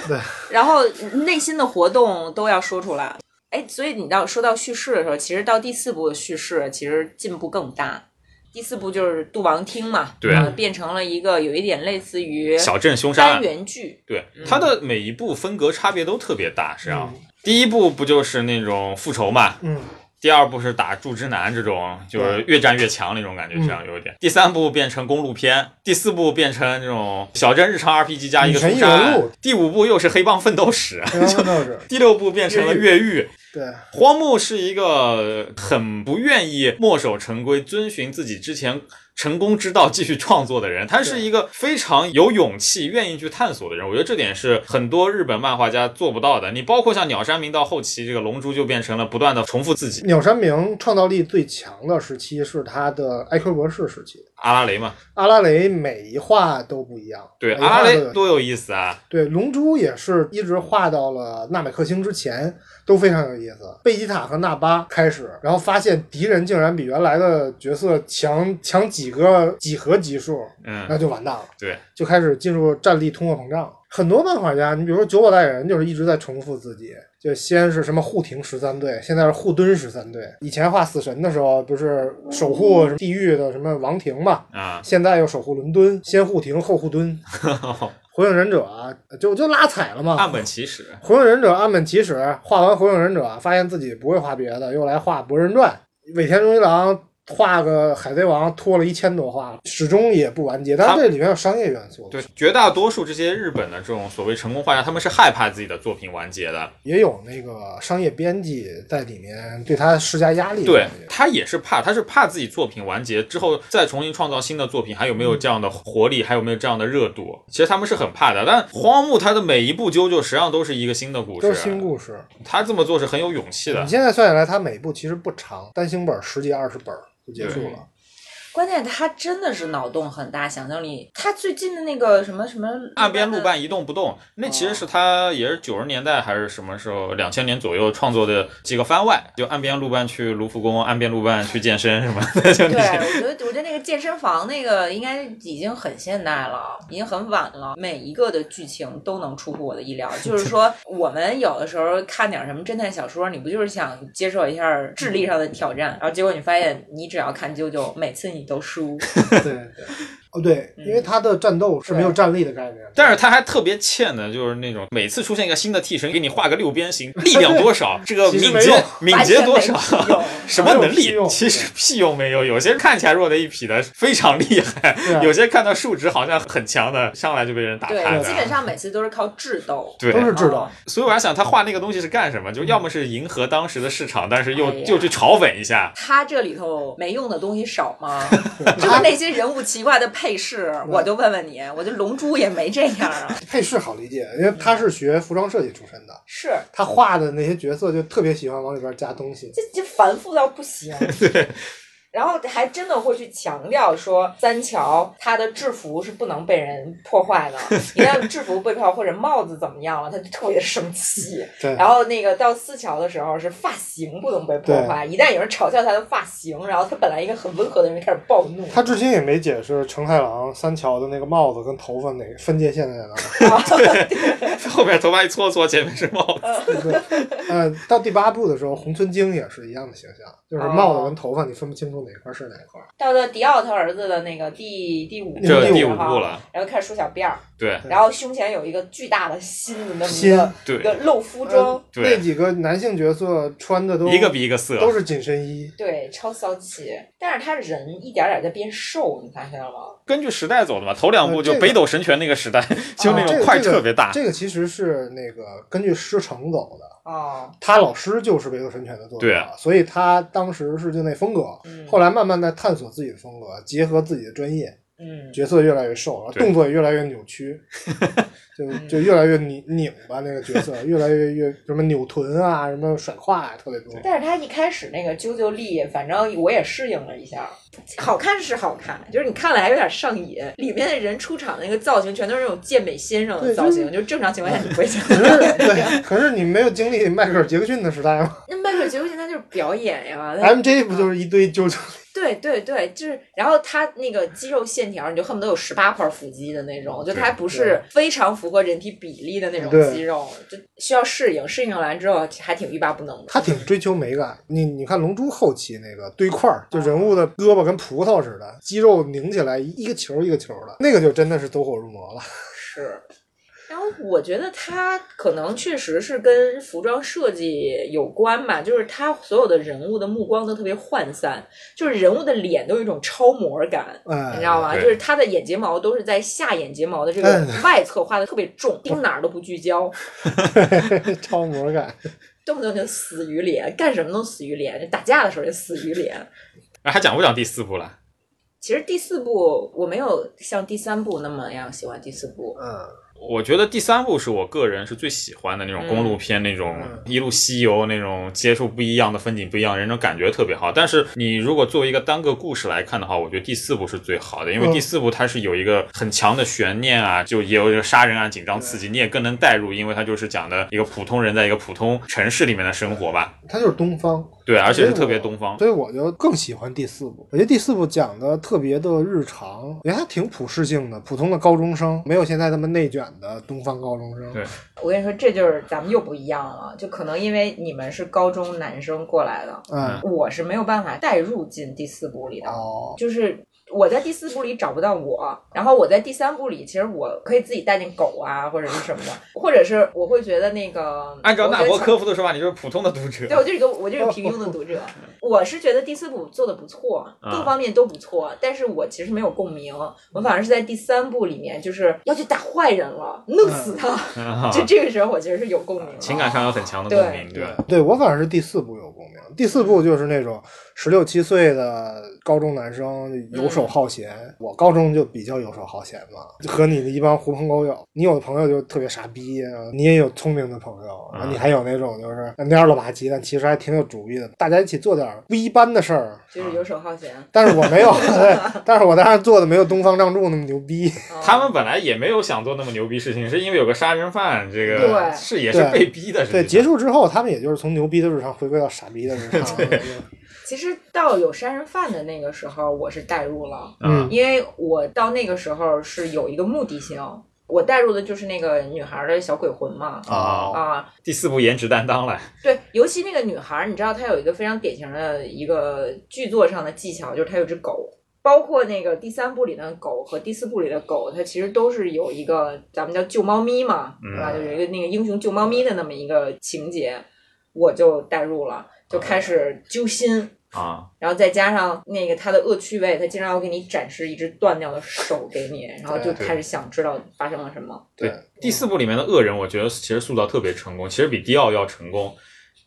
A: 对，
C: 然后内心的活动都要说出来。哎，所以你到说到叙事的时候，其实到第四部的叙事其实进步更大。第四部就是杜王厅嘛，
B: 对啊
C: 然后变成了一个有一点类似于
B: 小镇凶杀
C: 单
B: 案，
C: 元剧，
B: 对，它的每一部风格差别都特别大，实际上
A: 嗯，
B: 第一部不就是那种复仇嘛，
A: 嗯，
B: 第二部是打柱之男这种，就是越战越强那种感觉，
A: 嗯
B: 这样有一点。第三部变成公路片，第四部变成这种小镇日常 RPG 加一个
A: 女神
B: 凶杀
A: 异闻
B: 案
A: 录，
B: 第五部又是黑帮奋斗史，
A: 非常斗志。
B: 第六部变成了越狱。
A: 对，
B: 荒木是一个很不愿意墨守成规、遵循自己之前成功之道继续创作的人，他是一个非常有勇气、愿意去探索的人。我觉得这点是很多日本漫画家做不到的。你包括像鸟山明到后期，这个龙珠就变成了不断的重复自己，
A: 鸟山明创造力最强的时期是他的《艾克博士》时期，
B: 阿拉蕾嘛。
A: 阿拉蕾每一画都不一样。
B: 对，
A: 每一
B: 阿
A: 画
B: 拉
A: 都有
B: 蕾多有意思啊！
A: 对，龙珠也是一直画到了纳美克星之前都非常有意思。贝吉塔和纳巴开始，然后发现敌人竟然比原来的角色强强几个几何级数，那
B: 嗯，
A: 就完蛋了。
B: 对，
A: 就开始进入战力通货膨胀。很多漫画家，你比如说九保代人，就是一直在重复自己，就先是什么护庭十三队，现在是护墩十三队。以前画死神的时候，不是守护什么地狱的什么王庭嘛，
B: 啊，
A: 现在又守护伦敦，先护庭后护墩。火影忍者啊，就就拉踩了嘛。
B: 岸本齐史，
A: 火影忍者岸本齐史画完火影忍者，发现自己不会画别的，又来画博人传。尾田荣一郎画个海贼王，拖了一千多画，始终也不完结。但
B: 他
A: 是这里面有商业元素，
B: 对，绝大多数这些日本的这种所谓成功画家，他们是害怕自己的作品完结的，
A: 也有那个商业编辑在里面对他施加压力。
B: 对他也是怕，他是怕自己作品完结之后再重新创造新的作品，还有没有这样的活力，还有没有这样的热度？其实他们是很怕的。但荒木他的每一部啾啾实际上都是一个新的故
A: 都
B: 事，啊
A: 是新故事。嗯
B: 他这么做是很有勇气的
A: 你。现在算下来，它每部其实不长，单行本十几二十本就结束了。
C: 关键他真的是脑洞很大，想象力。他最近的那个什么什么
B: 岸边路
C: 的
B: 伴一动不动，那其实是他也是九十年代还是什么时候，两千年左右创作的几个番外，就岸边路伴去卢浮宫，岸边路伴去健身什么的， 就那
C: 对，
B: 些。
C: 我觉得我觉得那个健身房那个应该已经很现代了，已经很晚了。每一个的剧情都能出乎我的意料，就是 说我们有的时候看点什么侦探小说，你不就是想接受一下智力上的挑战，然后结果你发现你只要看啾啾，每次你
D: 都输。
A: 对对，哦对，因为他的战斗是没有战力的概念的，
B: 但是他还特别欠的就是那种每次出现一个新的替身，给你画个六边形，力量多少，这个
A: 其实
B: 敏
A: 没用
B: 捷敏捷多少
D: 完全没 屁用，
B: 什么能
A: 没有屁
B: 力
A: 用
B: 其实屁用没有。有些人看起来弱的一匹的非常厉害，
A: 对啊
B: 有些看到数值好像很强的，上来就被 人打
D: 对
B: 趴
A: 的
C: 基
B: 的
C: 本。上每次都是靠智斗。嗯
B: 对，
A: 都是智斗
D: 啊。
B: 所以我还想他画那个东西是干什么？就要么是迎合当时的市场，但是又、
C: 哎呀
B: 又去嘲讽一下。
C: 他这里头没用的东西少吗？就是那些人物奇怪的配饰，我就问问你，我这龙珠也没这样啊。
A: 配饰好理解，因为他是学服装设计出身的，
C: 是，
A: 他画的那些角色就特别喜欢往里边加东西。
C: 这这繁复到 不行。然后还真的会去强调说，三桥他的制服是不能被人破坏的， 一旦制服被破坏或者帽子怎么样了，他就特别生气。
A: 对，
C: 然后那个到四桥的时候是发型不能被破坏，一旦有人嘲笑他的发型，然后他本来一个很温和的人开始暴怒。
A: 他至今也没解释成太郎三桥的那个帽子跟头发哪个分界线在 哪。
B: 后边头发一搓搓，前面是帽子。
A: 对，呃，到第八部的时候，红村京也是一样的形象，就是帽子跟头发你分不清楚哪块是哪块。
C: 到了迪奥他儿子的那个第第五
A: 这第
B: 五
C: 哈
B: 部了，
C: 然后开始梳小辫儿，
B: 对
C: 然后胸前有一个巨大的心的那么一
A: 心
C: 个一
B: 对
C: 个露肤
B: 呃
C: 装，
A: 那
B: 对，
A: 几个男性角色穿的都
B: 一个比一个色。
A: 都是紧身衣，
C: 对，超骚气。但是他人一点点在变瘦，你发现了吗？
B: 根据时代走的嘛，头两部
A: 呃
B: 就
A: 这个啊
B: 北斗神拳那个时代， 就那
A: 这
B: 种
A: 个
B: 块
A: 这个
B: 特别大。
A: 这个其实是那个根据师承走的。
C: 哦，
A: 他老师就是北斗神拳的作者，
B: 对啊
A: 所以他当时是就那风格，
C: 嗯
A: 后来慢慢在探索自己的风格，结合自己的专业，
C: 嗯，
A: 角色越来越瘦，然后
B: 对
A: 动作也越来越扭 曲，就就越来越拧拧巴那个角色，越来越越什么扭臀啊，什么甩胯啊，特别多。
C: 但是他一开始那个啾啾力，反正我也适应了一下，好看是好看，就是你看了还有点上瘾。里面的人出场那个造型，全都是那种健美先生的
A: 对
C: 造
A: 就是
C: 型，就正常情况下你不会想。
A: 可是对，可是你没有经历迈克尔杰克逊的时代吗
C: 那迈克尔杰克逊他就是表演 呀，他
A: ？MJ 不就是一堆揪揪？
C: 对对对，就是，然后他那个肌肉线条，你就恨不得有十八块腹肌的那种，就他不是非常符合人体比例的那种
A: 对
C: 肌肉，就需要适应，适应完之后还挺欲罢不能的。
A: 他挺追求美感。你你看《龙珠》后期那个堆块儿，就人物的胳膊跟葡萄似的，肌肉拧起来一个球一个球的，那个就真的是走火入魔了。
C: 是。然后我觉得他可能确实是跟服装设计有关吧，就是他所有的人物的目光都特别涣散，就是人物的脸都有一种超模感。
A: 哎，
C: 你知道吗？
B: 对
C: 就是他的眼睫毛都是在下眼睫毛的这个
A: 哎
C: 外侧画的特别重，盯哪儿都不聚焦，
A: 超模 感。
C: 动不动就死鱼脸，干什么都死鱼脸，打架的时候也死鱼脸。
B: 哎还讲不讲第四部了？
C: 其实第四部我没有像第三部那么样喜欢第四部，
A: 嗯，
B: 我觉得第三部是我个人是最喜欢的那种公路片，那种
A: 嗯
B: 一路西游那种接触不一样的风景、不一样的人，那种感觉特别好。但是你如果作为一个单个故事来看的话，我觉得第四部是最好的，因为
A: 嗯
B: 第四部它是有一个很强的悬念啊，就也有这个杀人啊、紧张刺激，你也更能代入，因为它就是讲的一个普通人在一个普通城市里面的生活吧。
A: 他就是东方，
B: 对，而且是特别东方。
A: 所以我就更喜欢第四部。我觉得第四部讲的特别的日常，也还挺普世性的，普通的高中生，没有现在那么内卷的东方高中生。
B: 对
C: 我跟你说，这就是咱们又不一样了，就可能因为你们是高中男生过来的，
A: 嗯，
C: 我是没有办法带入进第四部里的，
A: 哦，
C: 就是我在第四部里找不到我，然后我在第三部里，其实我可以自己带进狗啊或者是什么的，或者是我会觉得那个
B: 按照纳博。
C: 我觉得
B: 科夫的说法，你就是普通的读者。
C: 对，我就是一个，我就是平庸的读者。 我是觉得第四部做的不错，
B: 啊
C: 各方面都不错，但是我其实没有共鸣。我反而是在第三部里面，就是要去打坏人了，弄死他。 就这个时候，我其实是有共鸣的。
B: 嗯啊情感上有很强的共鸣，对吧？
A: 对我反而是第四部有共鸣。第四部就是那种十六七岁的高中男生
B: 嗯
A: 游手好闲，我高中就比较游手好闲嘛，和你的一帮狐朋狗友，你有的朋友就特别傻逼，然后你也有聪明的朋友，
B: 嗯
A: 然后你还有那种就是蔫了吧唧，但其实还挺有主意的，大家一起做点不一般的事儿。
C: 就是游手好
B: 啊
C: 闲。嗯
A: 但是我没有， 对，但是我当时做的没有东方仗助那么牛 逼，
B: 他们本来也没有想做那么牛逼事情，是因为有个杀人犯，这个
C: 对
B: 是也是被逼的。
A: 对，
B: 实际
A: 结
B: 上
A: 束之后，他们也就是从牛逼的日常回归到傻逼的日常，
C: 其实到有杀人犯的那个时候，我是代入了，
A: 嗯，
C: 因为我到那个时候是有一个目的性，我代入的就是那个女孩的小鬼魂嘛。
B: 啊，
C: 啊，
B: 第四部颜值担当了，
C: 对，尤其那个女孩，你知道她有一个非常典型的一个剧作上的技巧，就是她有只狗。包括那个第三部里的狗和第四部里的狗，它其实都是有一个咱们叫救猫咪嘛，
B: 嗯
C: 对吧？就有一个那个英雄救猫咪的那么一个情节，我就代入了，就开始揪心。
B: 啊，
C: 然后再加上那个他的恶趣味，他经常要给你展示一只断掉的手给你，然后就
B: 对
C: 开始想知道发生了什么。
A: 对
B: 第四部里面的恶人，我觉得其实塑造特别成功，其实比迪奥要成功。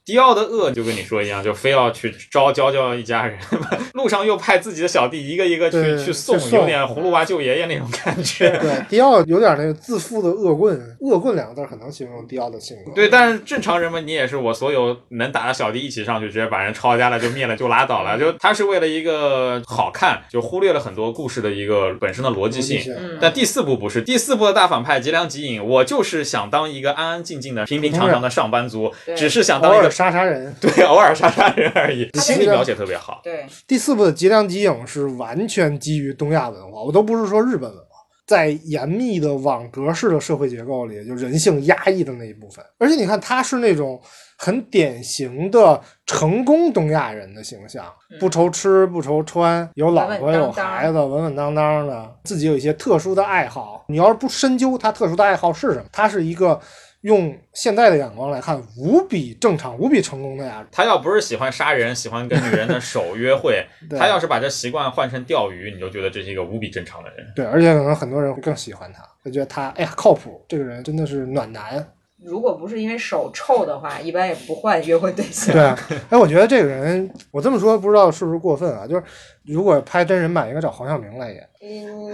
B: 迪奥的恶就跟你说一样，就非要去招娇娇一家人， 路上又派自己的小弟一个一个
A: 对
B: 去去送，
A: 去送
B: 有点葫芦娃救爷爷那种感觉。
A: 对，迪奥有点那个自负的恶棍，恶棍两个字儿很能形容迪奥的性格。
B: 对，但是正常人嘛，你也是我所有能打的小弟一起上去，直接把人抄家了就灭了就拉倒了。就他是为了一个好看，就忽略了很多故事的一个本身的逻
A: 逻
B: 辑
A: 辑性，
B: 性。
C: 嗯，
B: 但第四部不是，第四部的大反派吉良吉影，我就是想当一个安安静静的、平平常常的上班族，
C: 对
B: 只是想
A: 偶
B: 啊当一
A: 尔
B: 个
A: 杀杀人。
B: 对偶尔杀杀人而已。
A: 其实
B: 心理描写特别好，
C: 对，
A: 第四部的《吉良吉影》是完全基于东亚文化，我都不是说日本文化，在严密的网格式的社会结构里，就人性压抑的那一部分。而且你看，他是那种很典型的成功东亚人的形象，不愁吃，不愁穿，有老婆
C: 嗯稳稳当
A: 有孩子，稳稳当当的，自己有一些特殊的爱好。你要是不深究他特殊的爱好是什么，他是一个用现在的眼光来看无比正常、无比成功的呀。
B: 他要不是喜欢杀人，喜欢跟女人的手约会，
A: 对
B: 他要是把这习惯换成钓鱼，你就觉得这是一个无比正常的人。
A: 对，而且可能很多人会更喜欢他，就觉得他哎呀靠谱，这个人真的是暖男。
C: 如果不是因为手臭的话，一般也不换约会对象。
A: 对， 哎，我觉得这个人，我这么说不知道是不是过分啊？就是如果拍真人版，应该找黄晓明来演，
C: 嗯，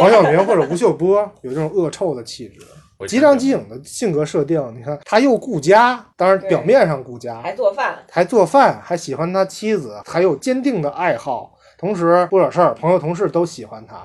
A: 黄晓明或者吴秀波有这种恶臭的气质。
B: 我
A: 吉良吉影的性格设定，你看他又顾家，当然
C: 对
A: 表面上顾家，
C: 还做饭，
A: 还做饭，还喜欢他妻子，还有坚定的爱好，同时不惹事儿，朋友同事都喜欢他。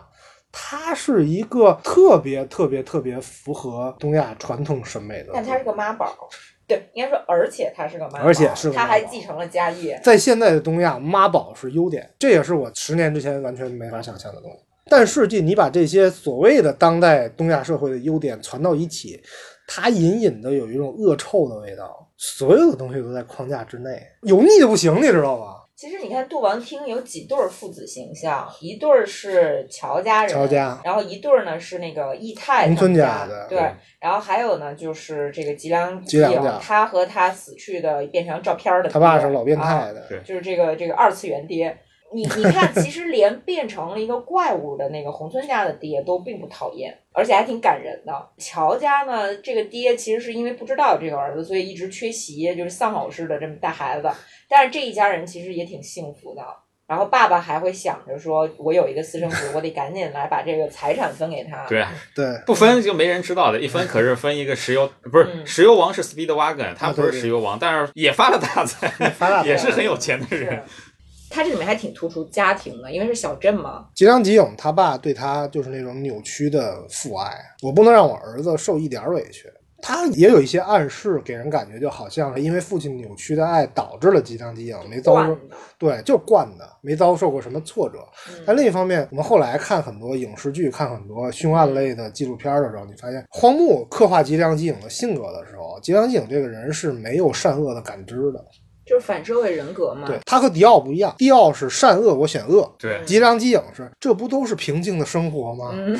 A: 他是一个特别特别特别符合东亚传统审美的，
C: 但他是个妈宝。对，应该说，而且他是个妈宝，
A: 而且是个妈
C: 他
A: 宝
C: 还继承了家业。
A: 在现在的东亚，妈宝是优点，这也是我十年之前完全没法想象的东西。但是，这你把这些所谓的当代东亚社会的优点传到一起，它隐隐的有一种恶臭的味道，所有的东西都在框架之内，油腻的不行，你知道吗？
C: 其实你看，杜王厅有几对儿父子形象，一对儿是乔家人，
A: 乔家
C: 然后一对儿呢是那个义泰
A: 农村
C: 他们
A: 家的
C: 对，然后还有呢就是这个吉良
A: 吉良
C: 影
A: 家
C: 他和他死去的变成照片儿的
A: 他爸
C: 那个
A: 是老变
C: 啊
A: 态的，
B: 对
C: 就是这个这个二次元爹。你你看，其实 连变成了一个怪物的那个红村家的爹都并不讨厌，而且还挺感人的。乔家呢，这个爹其实是因为不知道有这个儿子，所以一直缺席，就是丧偶式的这么带孩子。但是这一家人其实也挺幸福的。然后爸爸还会想着说，我有一个私生子，我得赶紧来把这个财产分给他。
B: 对，
A: 对
B: 不分就没人知道的，一分可是分一个石油，不是
C: 嗯
B: 石油王是 Speed Wagon，他
A: 啊
B: 不是
A: 对对
B: 石油王，但是也发了 大财，
A: 发大财
B: 也是很有钱的人
C: 是。。他这里面还挺突出家庭的，因为是小镇嘛，
A: 吉良吉影他爸对他就是那种扭曲的父爱，我不能让我儿子受一点儿委屈。他也有一些暗示，给人感觉就好像是因为父亲扭曲的爱导致了吉良吉影没遭
C: 惯
A: 受，
C: 的。
A: 对，就是惯的，没遭受过什么挫折。
C: 嗯
A: 但另一方面，我们后来看很多影视剧、看很多凶案类的纪录片的时候，你发现荒木刻画吉良吉影的性格的时候，吉良吉影这个人是没有善恶的感知的。
C: 就是反社会人格嘛。
A: 对他和迪奥不一样，迪奥是善恶我选恶，
B: 对，
A: 吉良吉影是这不都是平静的生活吗？
C: 嗯，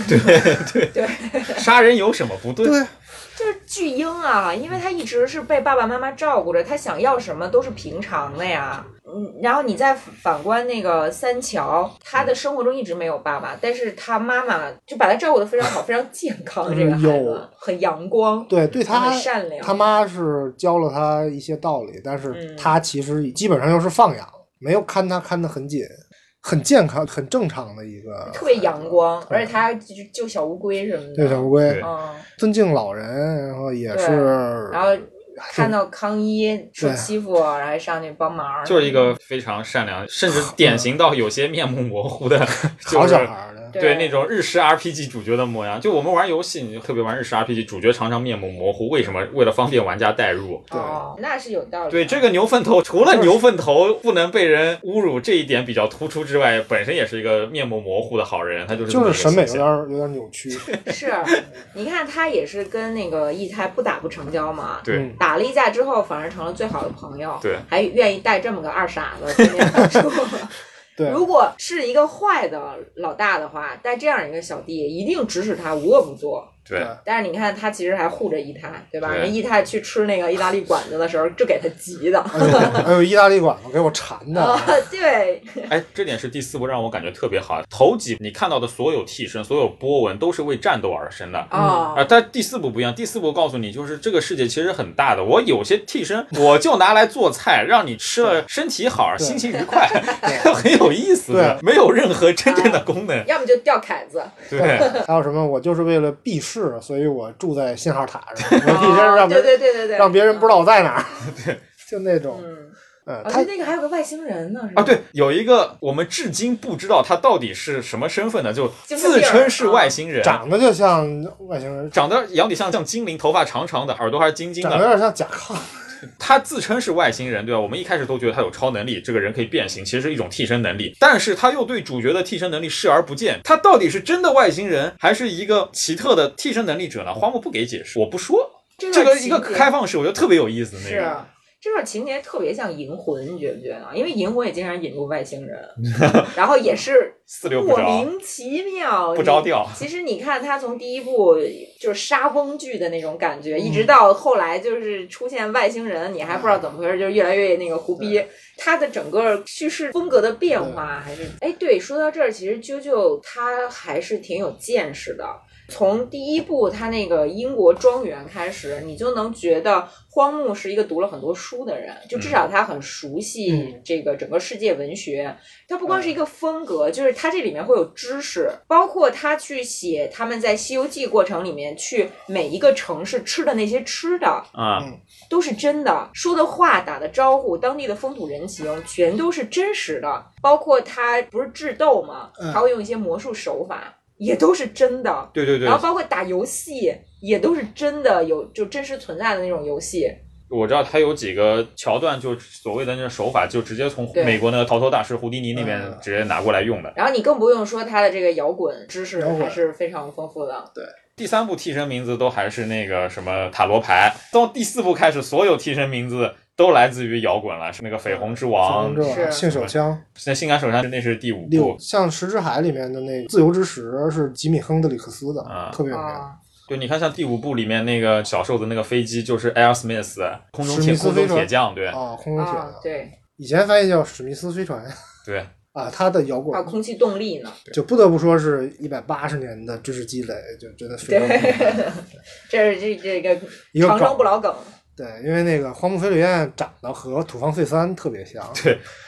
B: 杀人有什么不对？
A: 对，
C: 就是巨婴啊，因为他一直是被爸爸妈妈照顾着，他想要什么都是平常的呀。嗯，然后你再反观那个三桥，他的生活中一直没有爸爸，但是他妈妈就把他照顾的非常好，非常健康。这个孩
A: 有
C: 子很阳光，
A: 对，对他
C: 很善良。
A: 他妈是教了他一些道理，但是
C: 嗯
A: 他其实基本上又是放养，没有看他看得很紧，很健康、很正常的一个，
C: 特别阳。光，
A: 对
C: 而且他还就救小乌龟什么
A: 对小
C: 的。
A: 乌龟
B: 对，
C: 嗯，
A: 尊敬老人，然后也
C: 对
A: 是，
C: 然后看到康一受
A: 对
C: 欺负，然后还上去帮忙，
B: 就是一个非常善良，甚至典型到有些面目 模糊的
A: 好
B: 就是
A: 小孩儿的，
C: 对
B: 对那种日式 RPG 主角的模样。就我们玩游戏，你特别玩日式 RPG，主角常常面目模糊，为什么？为了方便玩家代入。
A: 对
C: 哦，那是有道理的。
B: 对这个牛粪头，除了牛粪头不能被人侮辱这一点比较突出之外，本身也是一个面目模糊的好人，他就是这
A: 就
B: 么一
A: 是
B: 个
A: 审美有
B: 形
A: 点
B: 象
A: 儿有点儿扭曲。
C: 是，你看他也是跟那个义太不打不成交嘛，
B: 对。
A: 嗯
C: 打了一架之后反而成了最好的朋友，
B: 对，
C: 还愿意带这么个二傻子天天到处。
A: 对
C: 如果是一个坏的老大的话，带这样一个小弟，一定指使他无恶不作。
B: 对，
C: 但是你看，他其实还护着伊泰，对吧？
B: 对
C: 人伊泰去吃那个意大利馆子的时候，就给他急的。
A: 哎呦，哎呦，意大利馆子给我馋的，
C: 啊，对，
B: 哎，这点是第四部让我感觉特别好。头几你看到的所有替身、所有波纹都是为战斗而生的。
C: 哦，
B: 啊，但第四部不一样，第四部告诉你，就是这个世界其实很大的。我有些替身，我就拿来做菜，让你吃了身体好，
A: 对
B: 心情愉快， 很有意思的，没有任何真正的功能。
C: 要么就掉凯子，
B: 对，
A: 还有什么？我就是为了避世，所以我住在信号塔 上，我替身
C: 哦
A: 让别
C: 对
A: 人
C: 对对对对，
A: 让别人不知道我在哪 儿，就那种，
C: 嗯，
A: 嗯，
C: 而
A: 他
C: 且那个还有个外星人呢，是吧？
B: 啊，对，有一个我们至今不知道他到底是什么身份的，就
C: 就是
B: 自
C: 地儿
B: 称是
C: 啊
B: 外星人，
A: 长得就像外星人，
B: 长得有点像像精灵，头发长长的，耳朵还是晶晶
A: 长得有
C: 嗯
B: 的。
A: 点像甲亢，
B: 他自称是外星人，对吧？我们一开始都觉得他有超能力，这个人可以变形，其实是一种替身能力。但是他又对主角的替身能力视而不见，他到底是真的外星人，还是一个奇特的替身能力者呢？花木不给解释，我不说。
C: 这
B: 这
C: 个
B: 个一个
C: 情节
B: 开放式，我觉得特别有意思。那
C: 是啊
B: 个
C: 这段情节特别像《银魂》，你觉不觉得？因为《银魂》也经常引入外星 人，然后也是
B: 四六不
C: 莫
B: 着，
C: 名其妙
B: 不着。调
C: 你。其实你看，他从第一部就是沙翁剧的那种感觉，一直到后来就是出现外星人，你还不知道怎么回事，就越来越那个胡逼。他的整个叙事风格的变化还是，哎，对，说到这儿，其实啾啾他还是挺有见识的。从第一部他那个英国庄园开始，你就能觉得荒木是一个读了很多书的人，就至少他很熟悉
A: 嗯
C: 这个整个世界文学。他不光是一个风格，就是他这里面会有知识，包括他去写他们在《西游记》过程里面去每一个城市吃的那些吃的，
B: 啊、
C: 都是真的，说的话、打的招呼、当地的风土人情，全都是真实的。包括他不是智斗嘛，
A: 嗯
C: 还会用一些魔术手法，也都是真的。
B: 对对对
C: 然，后包括打游戏也都是真的有就真实存在的那种游戏，
B: 我知道他有几个桥段，就所谓的那个手法，就直接从
C: 对
B: 美国那个逃脱大师胡迪尼那边
A: 嗯
B: 直接拿过来用的。
C: 然后你更不用说他的这个摇滚知识
A: 摇滚
C: 还是非常丰富的。
B: 第三部替身名字都还是那个什么塔罗牌，到第四部开始，所有替身名字都来自于摇滚了，是那个绯红之
A: 像，
B: 王
A: 这
C: 是
A: 种性手枪
B: 那性感手枪那是第五
A: 六，
B: 部。
A: 像《石之海》里面的那个自由之石是吉米亨德里克斯的
B: 啊，
A: 特别有名。
C: 啊，
B: 对，你看像第五部里面那个小瘦子那个飞机，就是 Air Smith 空中
A: 史
B: 铁
A: 密斯
B: 空中
A: 飞船
B: 铁匠，对
A: 啊，空中铁
C: 啊
A: 的，
C: 对，
A: 以前翻译叫史密斯飞船
B: 对，
A: 啊，他的摇
C: 还有
A: 滚
C: 空气动力呢，
A: 就不得不说是一百八十年的知识积累，就真的非常厉 害
C: 这是这这个
A: 一个
C: 长生
A: 梗
C: 不。老梗
A: 对，因为那个荒木飞吕彦长得和土方岁三特别像，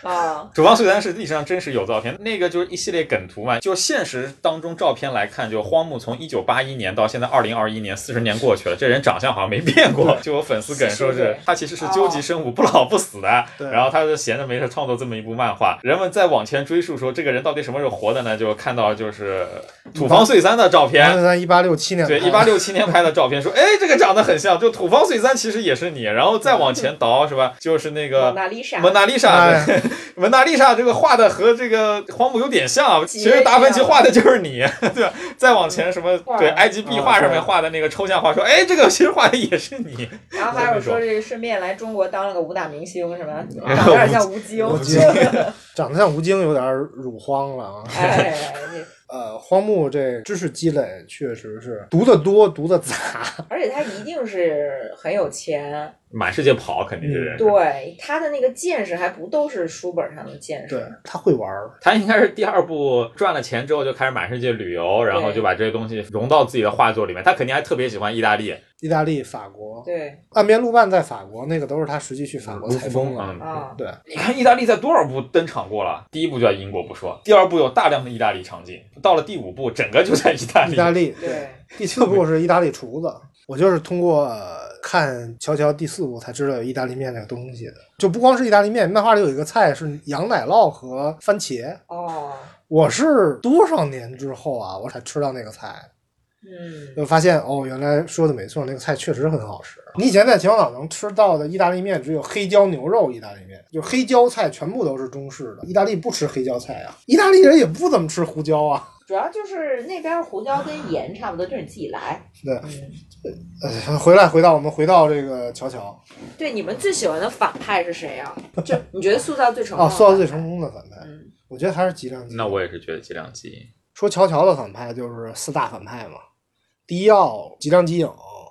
C: 啊。
B: 土方岁三是历史上真实有照片，那个就是一系列梗图嘛。就现实当中照片来看，就荒木从一九八一年到现在二零二一年，四十年过去了，这人长相好像没变过。就有粉丝梗说
C: 是是
B: 是
C: 是
B: 他其实是究极生物，不老不死的。
A: 对
B: 然后他就闲着没事创作这么一部漫画。人们再往前追溯说这个人到底什么时候活的呢？就看到就是土方岁三的照
A: 土方
B: 片。
A: 岁三一八六七年
B: 对，
A: 拍的
B: 一八六七年拍的照片，说，哎，这个长得很像，就土方岁三其实也是你，然后再往前倒，是吧？就是那
C: 蒙
B: 个
C: 娜丽莎，
B: 蒙娜丽莎，
A: 哎
B: 对，蒙娜丽莎这个画的和这个荒木有点像啊，
C: 极
B: 其实达芬奇
C: 像
B: 画的就是你， 对吧，再往前什么
C: 画
B: 对埃及壁画上面
A: 啊
B: 画的那个抽象画，说哎，这个其实画的也是你，
C: 然后还有说这个顺便来中国当了个武打明星是吧？长得有点像吴京，
A: 吴京长得像吴京有点乳荒了啊。
C: 哎，
A: 呃，荒木这知识积累确实是读的多，读的杂，
C: 而且他一定是很有钱，
B: 满世界跑肯定这人，
C: 嗯对他的那个见识还不都是书本上的见识，
A: 对他会玩儿，
B: 他应该是第二部赚了钱之后就开始满世界旅游，然后就把这些东西融到自己的画作里面，他肯定还特别喜欢意大利，
A: 意大利、法国，
C: 对
A: 岸边路伴在法国那个都是他实际去法国采风的。
B: 嗯。
C: 啊，
A: 对，
B: 你看意大利在多少部登场过了？第一部就在英国不说，第二部有大量的意大利场景，到了第五部整个就在意大利。
A: 意大利对
C: 对，
A: 第四部是意大利厨子，我就是通过看《乔乔》第四部才知道有意大利面这个东西的。就不光是意大利面，漫画里有一个菜是羊奶酪和番茄，
C: 哦，
A: 我是多少年之后啊，我才吃到那个菜。
C: 嗯，
A: 就发现哦，原来说的没错，那个菜确实很好吃。你以前在秦皇岛能吃到的意大利面，只有黑椒牛肉意大利面，就黑椒菜全部都是中式的。意大利不吃黑椒菜啊，意大利人也不怎么吃胡椒啊。
C: 主要就是那边胡椒跟盐差不多，就是你自己来。
A: 对
C: 嗯，
A: 呃，回来回到我们回到这个乔乔
C: 对，你们最喜欢的反派是谁啊？就你觉得塑造最成
A: 哦
C: 功？
A: 啊，塑造最成。功的反派，
C: 嗯，
A: 我觉得还是吉良吉。
B: 那我也是觉得吉良吉影。
A: 说乔乔的反派就是四大反派嘛，迪奥、吉良吉影、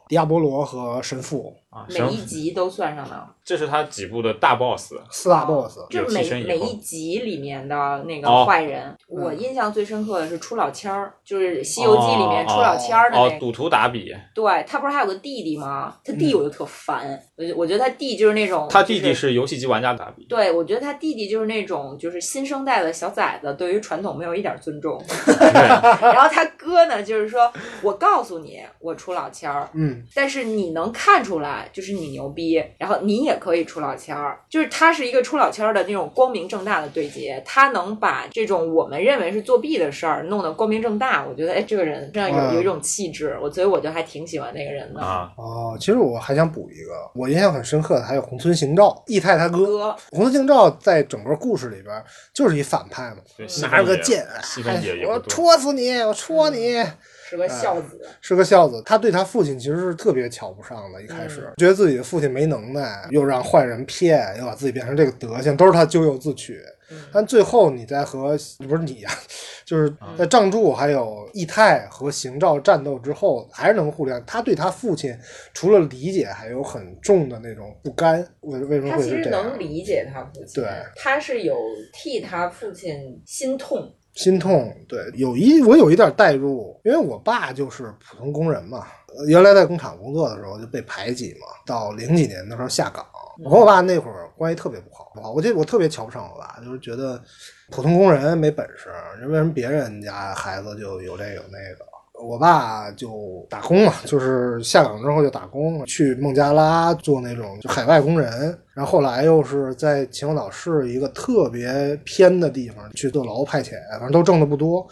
A: 迪亚波罗和神父
B: 啊，
C: 每
B: 神
C: 一集都算上了，
B: 这是他几部的大 boss，
A: 四大 boss。
C: 就
B: 有
C: 每
B: 替身以
C: 每
B: 后
C: 一集里面的那
B: 哦
C: 个坏人，我印象最深刻的是出老千儿，就是《西游记》里面出
B: 哦
C: 老千儿的那
B: 哦
C: 个，，
B: 赌徒打比，
C: 对他不是还有个弟弟吗？他弟
A: 嗯
C: 我就特烦，我就我觉得他弟就是那种，
B: 他弟弟
C: 就是
B: 游戏机玩家打比，
C: 对，我觉得他弟弟就是那种，就是新生代的小崽子，对于传统没有一点尊 重。
B: 对
C: 然后他哥呢，就是说我告诉你，我出老千儿，
A: 嗯，
C: 但是你能看出来，就是你牛逼，然后你也可以出老千儿，就是他是一个出老千儿的那种光明正大的对决，他能把这种我们认为是作弊的事儿弄得光明正大，我觉得哎，这个人这样
A: 嗯
C: 有有一种气质，我所以我就还挺喜欢那个人的。
B: 啊，
A: 哦，其实我还想补一个，我印象很深刻的还有红村行照、义太他哥。
C: 哥，
A: 红村行照在整个故事里边就是一反派嘛，
C: 嗯
B: 对
A: 拿着个，剑，
B: 戏份
A: 哎
B: 也也
A: 我
B: 不多
A: 戳死你，我戳你，
C: 是个
A: 嗯
C: 孝子，
A: 是个孝子。他对他父亲其实是特别瞧不上的，一开
C: 嗯
A: 始、觉得自己的父亲没能耐，又让坏人骗，又把自己变成这个德行，都是他咎由自取。
C: 嗯
A: 但最后你在和不是你呀、 就是
C: 嗯
A: 在仗助还有义太和邢兆战斗之后，还是能互谅。他对他父亲除了理解，还有很重的那种不甘。为为什么
C: 他
A: 会
C: 其
A: 是
C: 实
A: 这样
C: 能？理解他父亲，
A: 对
C: 他是有替他父亲心痛。
A: 心痛，对，有一我有一点代入，因为我爸就是普通工人嘛，呃原来在工厂工作的时候就被排挤嘛，到零几年的时候下岗，我和我爸那会儿关系特别不好，不好，我记得我特别瞧不上我爸，就是觉得普通工人没本事，为什么别人家孩子就有这有那个？我爸就打工嘛，就是下岗之后就打工，去孟加拉做那种就海外工人，然后后来又是在秦皇岛市一个特别偏的地方去做劳务派遣，反正都挣的不多。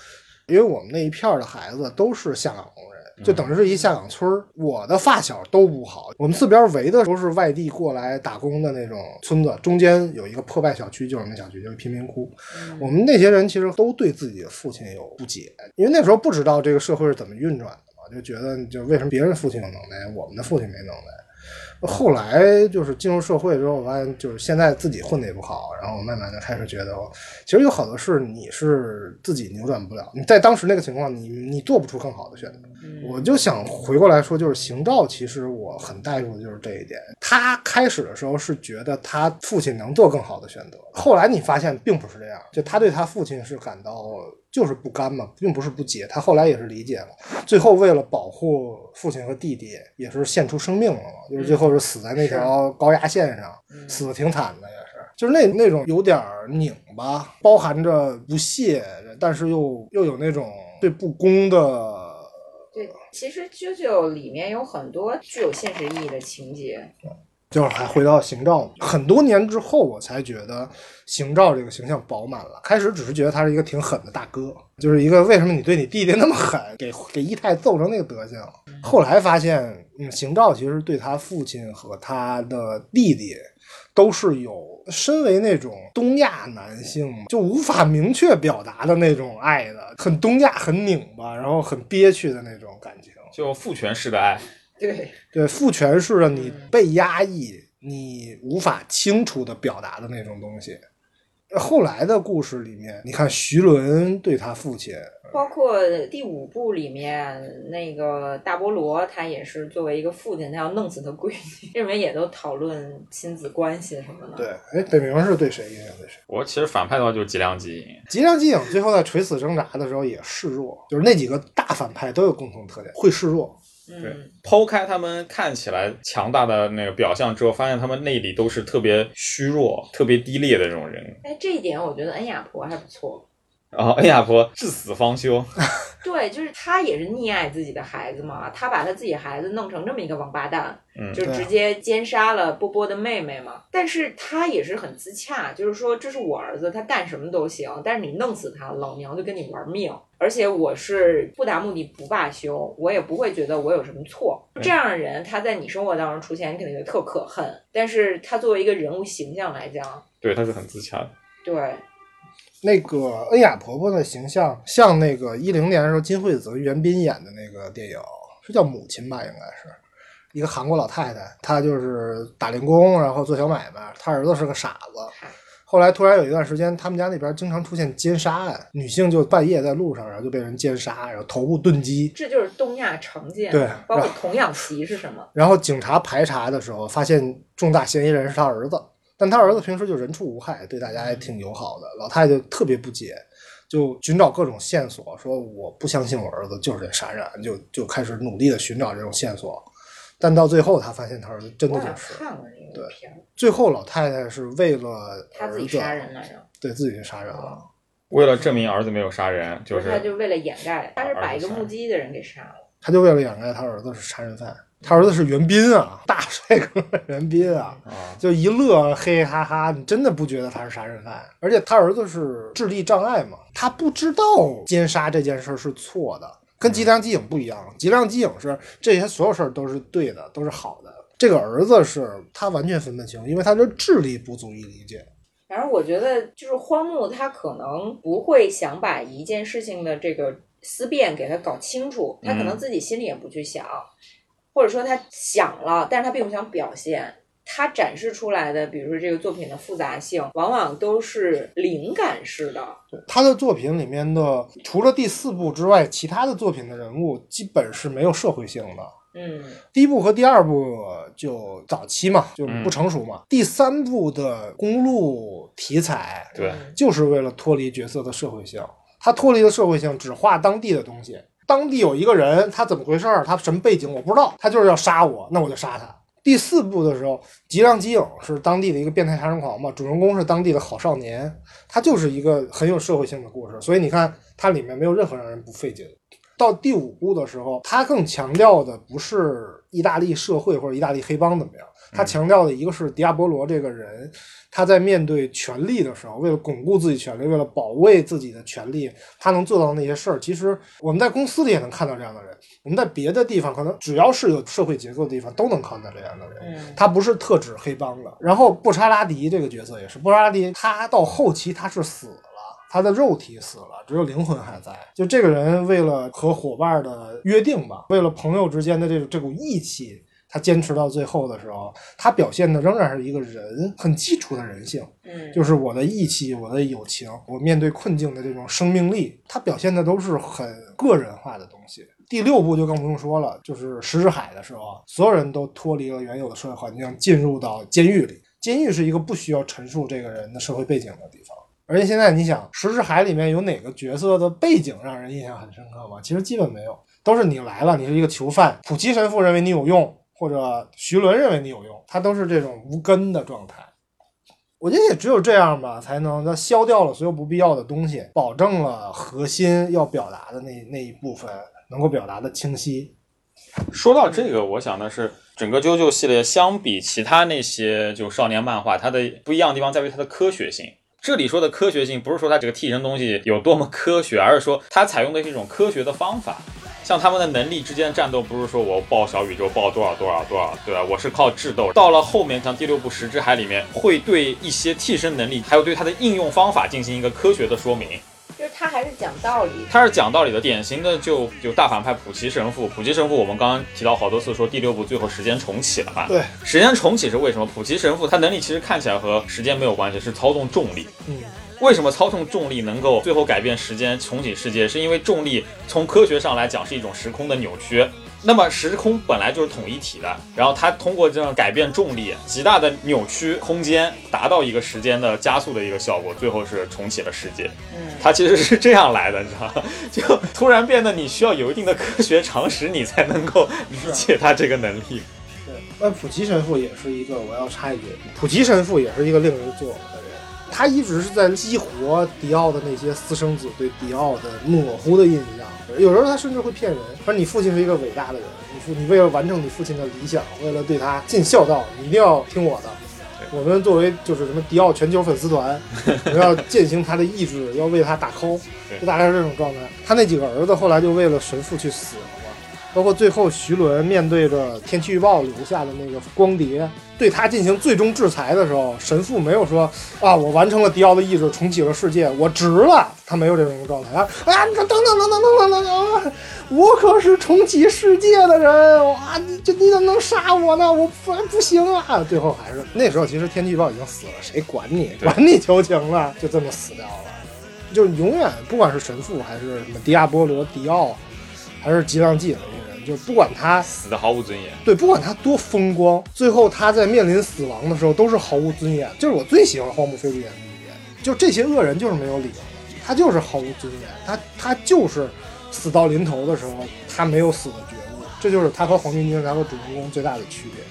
A: 因为我们那一片儿的孩子都是下岗工人，就等于是一下岗村儿。我的发小都不好，我们四边围的都是外地过来打工的那种村子，中间有一个破败小区，就是我们小区，就是贫民窟。
C: 嗯
A: 我们那些人其实都对自己的父亲有不解，因为那时候不知道这个社会是怎么运转的嘛，就觉得就为什么别人父亲有能耐，我们的父亲没能耐。后来就是进入社会之后，我发现就是现在自己混的也不好，然后我慢慢的开始觉得，哦其实有好多事你是自己扭转不了，你在当时那个情况，你你做不出更好的选择。
C: 嗯
A: 我就想回过来说，就是邢兆，其实我很带入的就是这一点。他开始的时候是觉得他父亲能做更好的选择，后来你发现并不是这样，就他对他父亲是感到就是不甘嘛，并不是不解，他后来也是理解了。最后为了保护父亲和弟弟，也是献出生命了嘛，就是最后是死在那条高压线上，死的挺惨的也是。就是那那种有点儿拧巴，包含着不屑，但是又又有那种对不公的
C: 对，其实《啾啾》里面有很多具有现实意义的情节，
A: 就是还回到邢兆，很多年之后我才觉得邢兆这个形象饱满了。开始只是觉得他是一个挺狠的大哥，就是一个为什么你对你弟弟那么狠，给给一太揍成那个德行。后来发现，嗯，邢兆其实对他父亲和他的弟弟都是有。身为那种东亚男性，就无法明确表达的那种爱的，很东亚、很拧巴，然后很憋屈的那种感情。
B: 就父权式的爱，
C: 对，
A: 对，父权式的你被压抑，你无法清楚的表达的那种东西。后来的故事里面，你看徐伦对他父亲，
C: 包括第五部里面那个大菠萝，他也是作为一个父亲，他要弄死他闺女，这里面也都讨论亲子关系什么的。
A: 对，哎，北冥是对谁影响对谁？
B: 我其实反派的话就是吉良吉影，
A: 吉良吉影最后在垂死挣扎的时候也示弱，就是那几个大反派都有共同特点，会示弱。
B: 对
C: 嗯，，
B: 剖开他们看起来强大的那个表象之后，发现他们内里都是特别虚弱、特别低劣的这种人。
C: 哎，这一点我觉得恩雅婆还不错。
B: 然后恩雅婆至死方休，
C: 对，就是他也是溺爱自己的孩子嘛，他把他自己孩子弄成这么一个王八蛋，
B: 嗯
C: 就
A: 对啊
C: 直接奸杀了波波的妹妹嘛。但是他也是很自洽，就是说这是我儿子，他干什么都行，但是你弄死他，老娘就跟你玩命。而且我是不达目的不罢休，我也不会觉得我有什么错。这样的人，他在你生活当中出现，你肯定就特可恨。但是他作为一个人物形象来讲，
B: 对，他是很自洽的。
C: 对，哎
A: 那个恩雅婆婆的形象，像那个一零年的时候金惠子、袁彬演的那个电影，是叫《母亲》吧，应该是一个韩国老太太，她就是打零工，然后做小买卖，她儿子是个傻子。后来突然有一段时间，他们家那边经常出现奸杀案，女性就半夜在路上，然后就被人奸杀，然后头部钝击。
E: 这就是东亚常见，
A: 对
E: 包括
A: 然后
E: 童养媳是什么？
A: 然后警察排查的时候，发现重大嫌疑人是他儿子，但他儿子平时就人畜无害，对大家也挺友好的。老太太就特别不解，就寻找各种线索，说我不相信我儿子就是这杀人案，就就开始努力的寻找这种线索。但到最后，他发现他儿子真的
E: 我
A: 就
E: 好像
C: 嗯
A: 是。
E: 看过那
A: 对
E: 个片儿，
A: 最后，老太太是为了
E: 他自己
A: 儿子
E: 杀人来着，
A: 对自己去杀人了。
B: 为了证明儿子没有杀人，就
E: 不是
B: 是
E: 他就为了掩盖，他是把一个
B: 儿子杀
E: 目击的人给杀了。
A: 他就为了掩盖他儿子是杀人犯，他儿子是袁彬啊，大帅哥袁彬啊，
B: 啊，
A: 就一乐嘿嘿哈哈，你真的不觉得他是杀人犯？而且他儿子是智力障碍嘛，他不知道奸杀这件事儿是错的，跟吉良吉影不一样。吉良吉影是这些所有事儿都是对的，都是好的。这个儿子是他完全分得清，因为他的智力不足以理解。
E: 反正我觉得，就是荒木他可能不会想把一件事情的这个思辨给他搞清楚，他可能
B: 嗯
E: 自己心里也不去想，或者说他想了，但是他并不想表现。他展示出来的，比如说这个作品的复杂性，往往都是灵感式的。
A: 他的作品里面的，除了第四部之外，其他的作品的人物基本是没有社会性的。
E: 嗯，
A: 第一部和第二部就早期嘛，就不成熟嘛。第三部的公路题材，
B: 对，
A: 就是为了脱离角色的社会性。他脱离了社会性，只画当地的东西。当地有一个人，他怎么回事儿，他什么背景我不知道，他就是要杀我，那我就杀他。第四部的时候，吉良吉影是当地的一个变态杀人狂嘛，主人公是当地的好少年，他就是一个很有社会性的故事，所以你看它里面没有任何让人不费解的。到第五部的时候，他更强调的不是意大利社会或者意大利黑帮怎么样，他强调的一个是迪亚波罗这个人，他在面对权力的时候，为了巩固自己权利，为了保卫自己的权利，他能做到那些事儿。其实我们在公司里也能看到这样的人，我们在别的地方可能只要是有社会结构的地方都能看到这样的人。
E: 嗯，
A: 他不是特指黑帮的。然后布查拉迪这个角色也是，布查拉迪他到后期他是死了。他的肉体死了，只有灵魂还在。就这个人为了和伙伴的约定吧，为了朋友之间的这种这股义气，他坚持到最后的时候，他表现的仍然是一个人很基础的人性，
E: 嗯，
A: 就是我的义气，我的友情，我面对困境的这种生命力，他表现的都是很个人化的东西。第六部就更不用说了，就是石之海的时候，所有人都脱离了原有的社会环境，进入到监狱里。监狱是一个不需要陈述这个人的社会背景的地方。而且现在你想，石之海里面有哪个角色的背景让人印象很深刻吗？其实基本没有，都是你来了，你是一个囚犯，普希神父认为你有用，或者徐伦认为你有用，他都是这种无根的状态。我觉得也只有这样吧，才能它消掉了所有不必要的东西，保证了核心要表达的那那一部分能够表达的清晰。
B: 说到这个，我想的是，整个《JoJo 系列相比其他那些就少年漫画，它的不一样的地方在于它的科学性。这里说的科学性，不是说它这个替身东西有多么科学，而是说它采用的是一种科学的方法。像他们的能力之间的战斗，不是说我爆小宇宙爆多少多少多少，对吧？我是靠智斗。到了后面，像第六部《石之海》里面，会对一些替身能力，还有对它的应用方法进行一个科学的说明。
E: 就是他还是讲道理的。
B: 他是讲道理的，典型的就有大反派普奇神父。普奇神父，我们刚刚提到好多次，说第六部最后时间重启了嘛？
A: 对，
B: 时间重启是为什么？普奇神父他能力其实看起来和时间没有关系，是操纵重力。
A: 嗯，
B: 为什么操纵重力能够最后改变时间、重启世界？是因为重力从科学上来讲是一种时空的扭曲。那么时空本来就是统一体的，然后它通过这样改变重力，极大的扭曲空间，达到一个时间的加速的一个效果，最后是重启了世界。
E: 嗯，
B: 它其实是这样来的，你知道吗？就突然变得你需要有一定的科学常识，你才能够理解它这个能力。
A: 对。那普吉神父也是一个，我要插一句，普吉神父也是一个令人作呕的人。他一直是在激活迪奥的那些私生子对迪奥的模糊的印象，有时候他甚至会骗人。说你父亲是一个伟大的人，你父你为了完成你父亲的理想，为了对他尽孝道，你一定要听我的。我们作为就是什么迪奥全球粉丝团，我们要践行他的意志，要为他打 call，
B: 对
A: 就大概是这种状态。他那几个儿子后来就为了神父去死了嘛。包括最后徐伦面对着天气预报留下的那个啊光碟，对他进行最终制裁的时候，神父没有说啊，我完成了迪奥的意志，重启了世界，我值了，他没有这种状态啊啊！你等等等等等等等等，我可是重启世界的人，哇，你这你怎么能杀我呢？我不然不行啊！最后还是那时候，其实天气预报已经死了，谁管你？
B: 对
A: 管你求情了，就这么死掉了。就是永远，不管是神父还是什么迪亚波罗、迪奥，还是激浪记的那个人，就不管他
B: 死的毫无尊严。
A: 对，不管他多风光，最后他在面临死亡的时候都是毫无尊严。就是我最喜欢荒木飞吕演的一点，就这些恶人就是没有理由的，他就是毫无尊严，他他就是死到临头的时候，他没有死的觉悟，这就是他和黄金军、他和主人公最大的区别。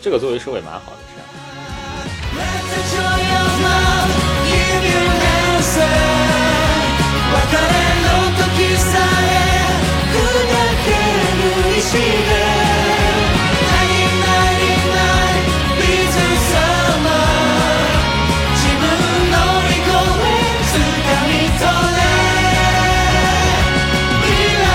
B: 这个作为收尾蛮好的，实啊际上。
F: Let the joy of love give you an answer. 別れの時さえ砕ける石で 99, 99 reason summer 自分の利口へ掴み取れ未来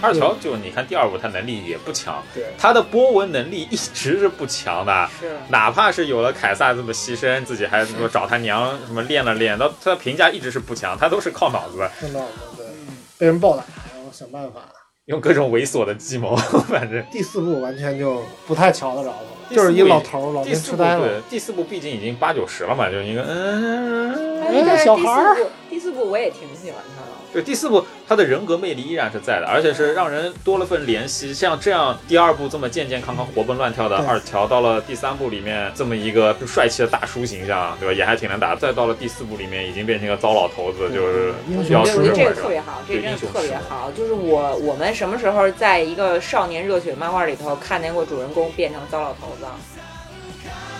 B: 二乔就你看第二部，他能力也不强，
A: 对
B: 他的波纹能力一直是不强的，
E: 是
B: 哪怕是有了凯撒这么牺牲，自己还什么找他娘什么练了练，到他的评价一直是不强，他都是靠脑子，
A: 看到了吗对，
B: 嗯
A: 被人暴打，然后想办法。
B: 用各种猥琐的计谋， 反正。
A: 第四部完全就不太瞧得着他了，
B: 第
A: 就
B: 四部
A: 是一老头儿，老
B: 第
A: 年
B: 四
A: 痴
B: 部
A: 呆
B: 对
A: 了。
B: 第四部毕竟已经八九十了嘛，就是一个嗯，
E: 但是
A: 小
E: 第
A: 孩儿
E: 四部，第四部我也挺喜欢他的。
B: 对第四部他的人格魅力依然是在的，而且是让人多了份怜惜。像这样第二部这么健健康康、活蹦乱跳的
A: 对
B: 二乔，到了第三部里面这么一个帅气的大叔形象，对吧？也还挺能打。再到了第四部里面，已经变成一个糟老头子，就是
A: 英雄
B: 要
A: 是
E: 对，
B: 吃
E: 我觉得这个
B: 人
E: 特别好，这
B: 对
E: 个真
B: 英
E: 的
B: 雄
E: 特别
B: 是
E: 好。就是我我们什么时候在一个少年热血漫画里头看见过主人公变成糟老头子？啊
F: 「君の声を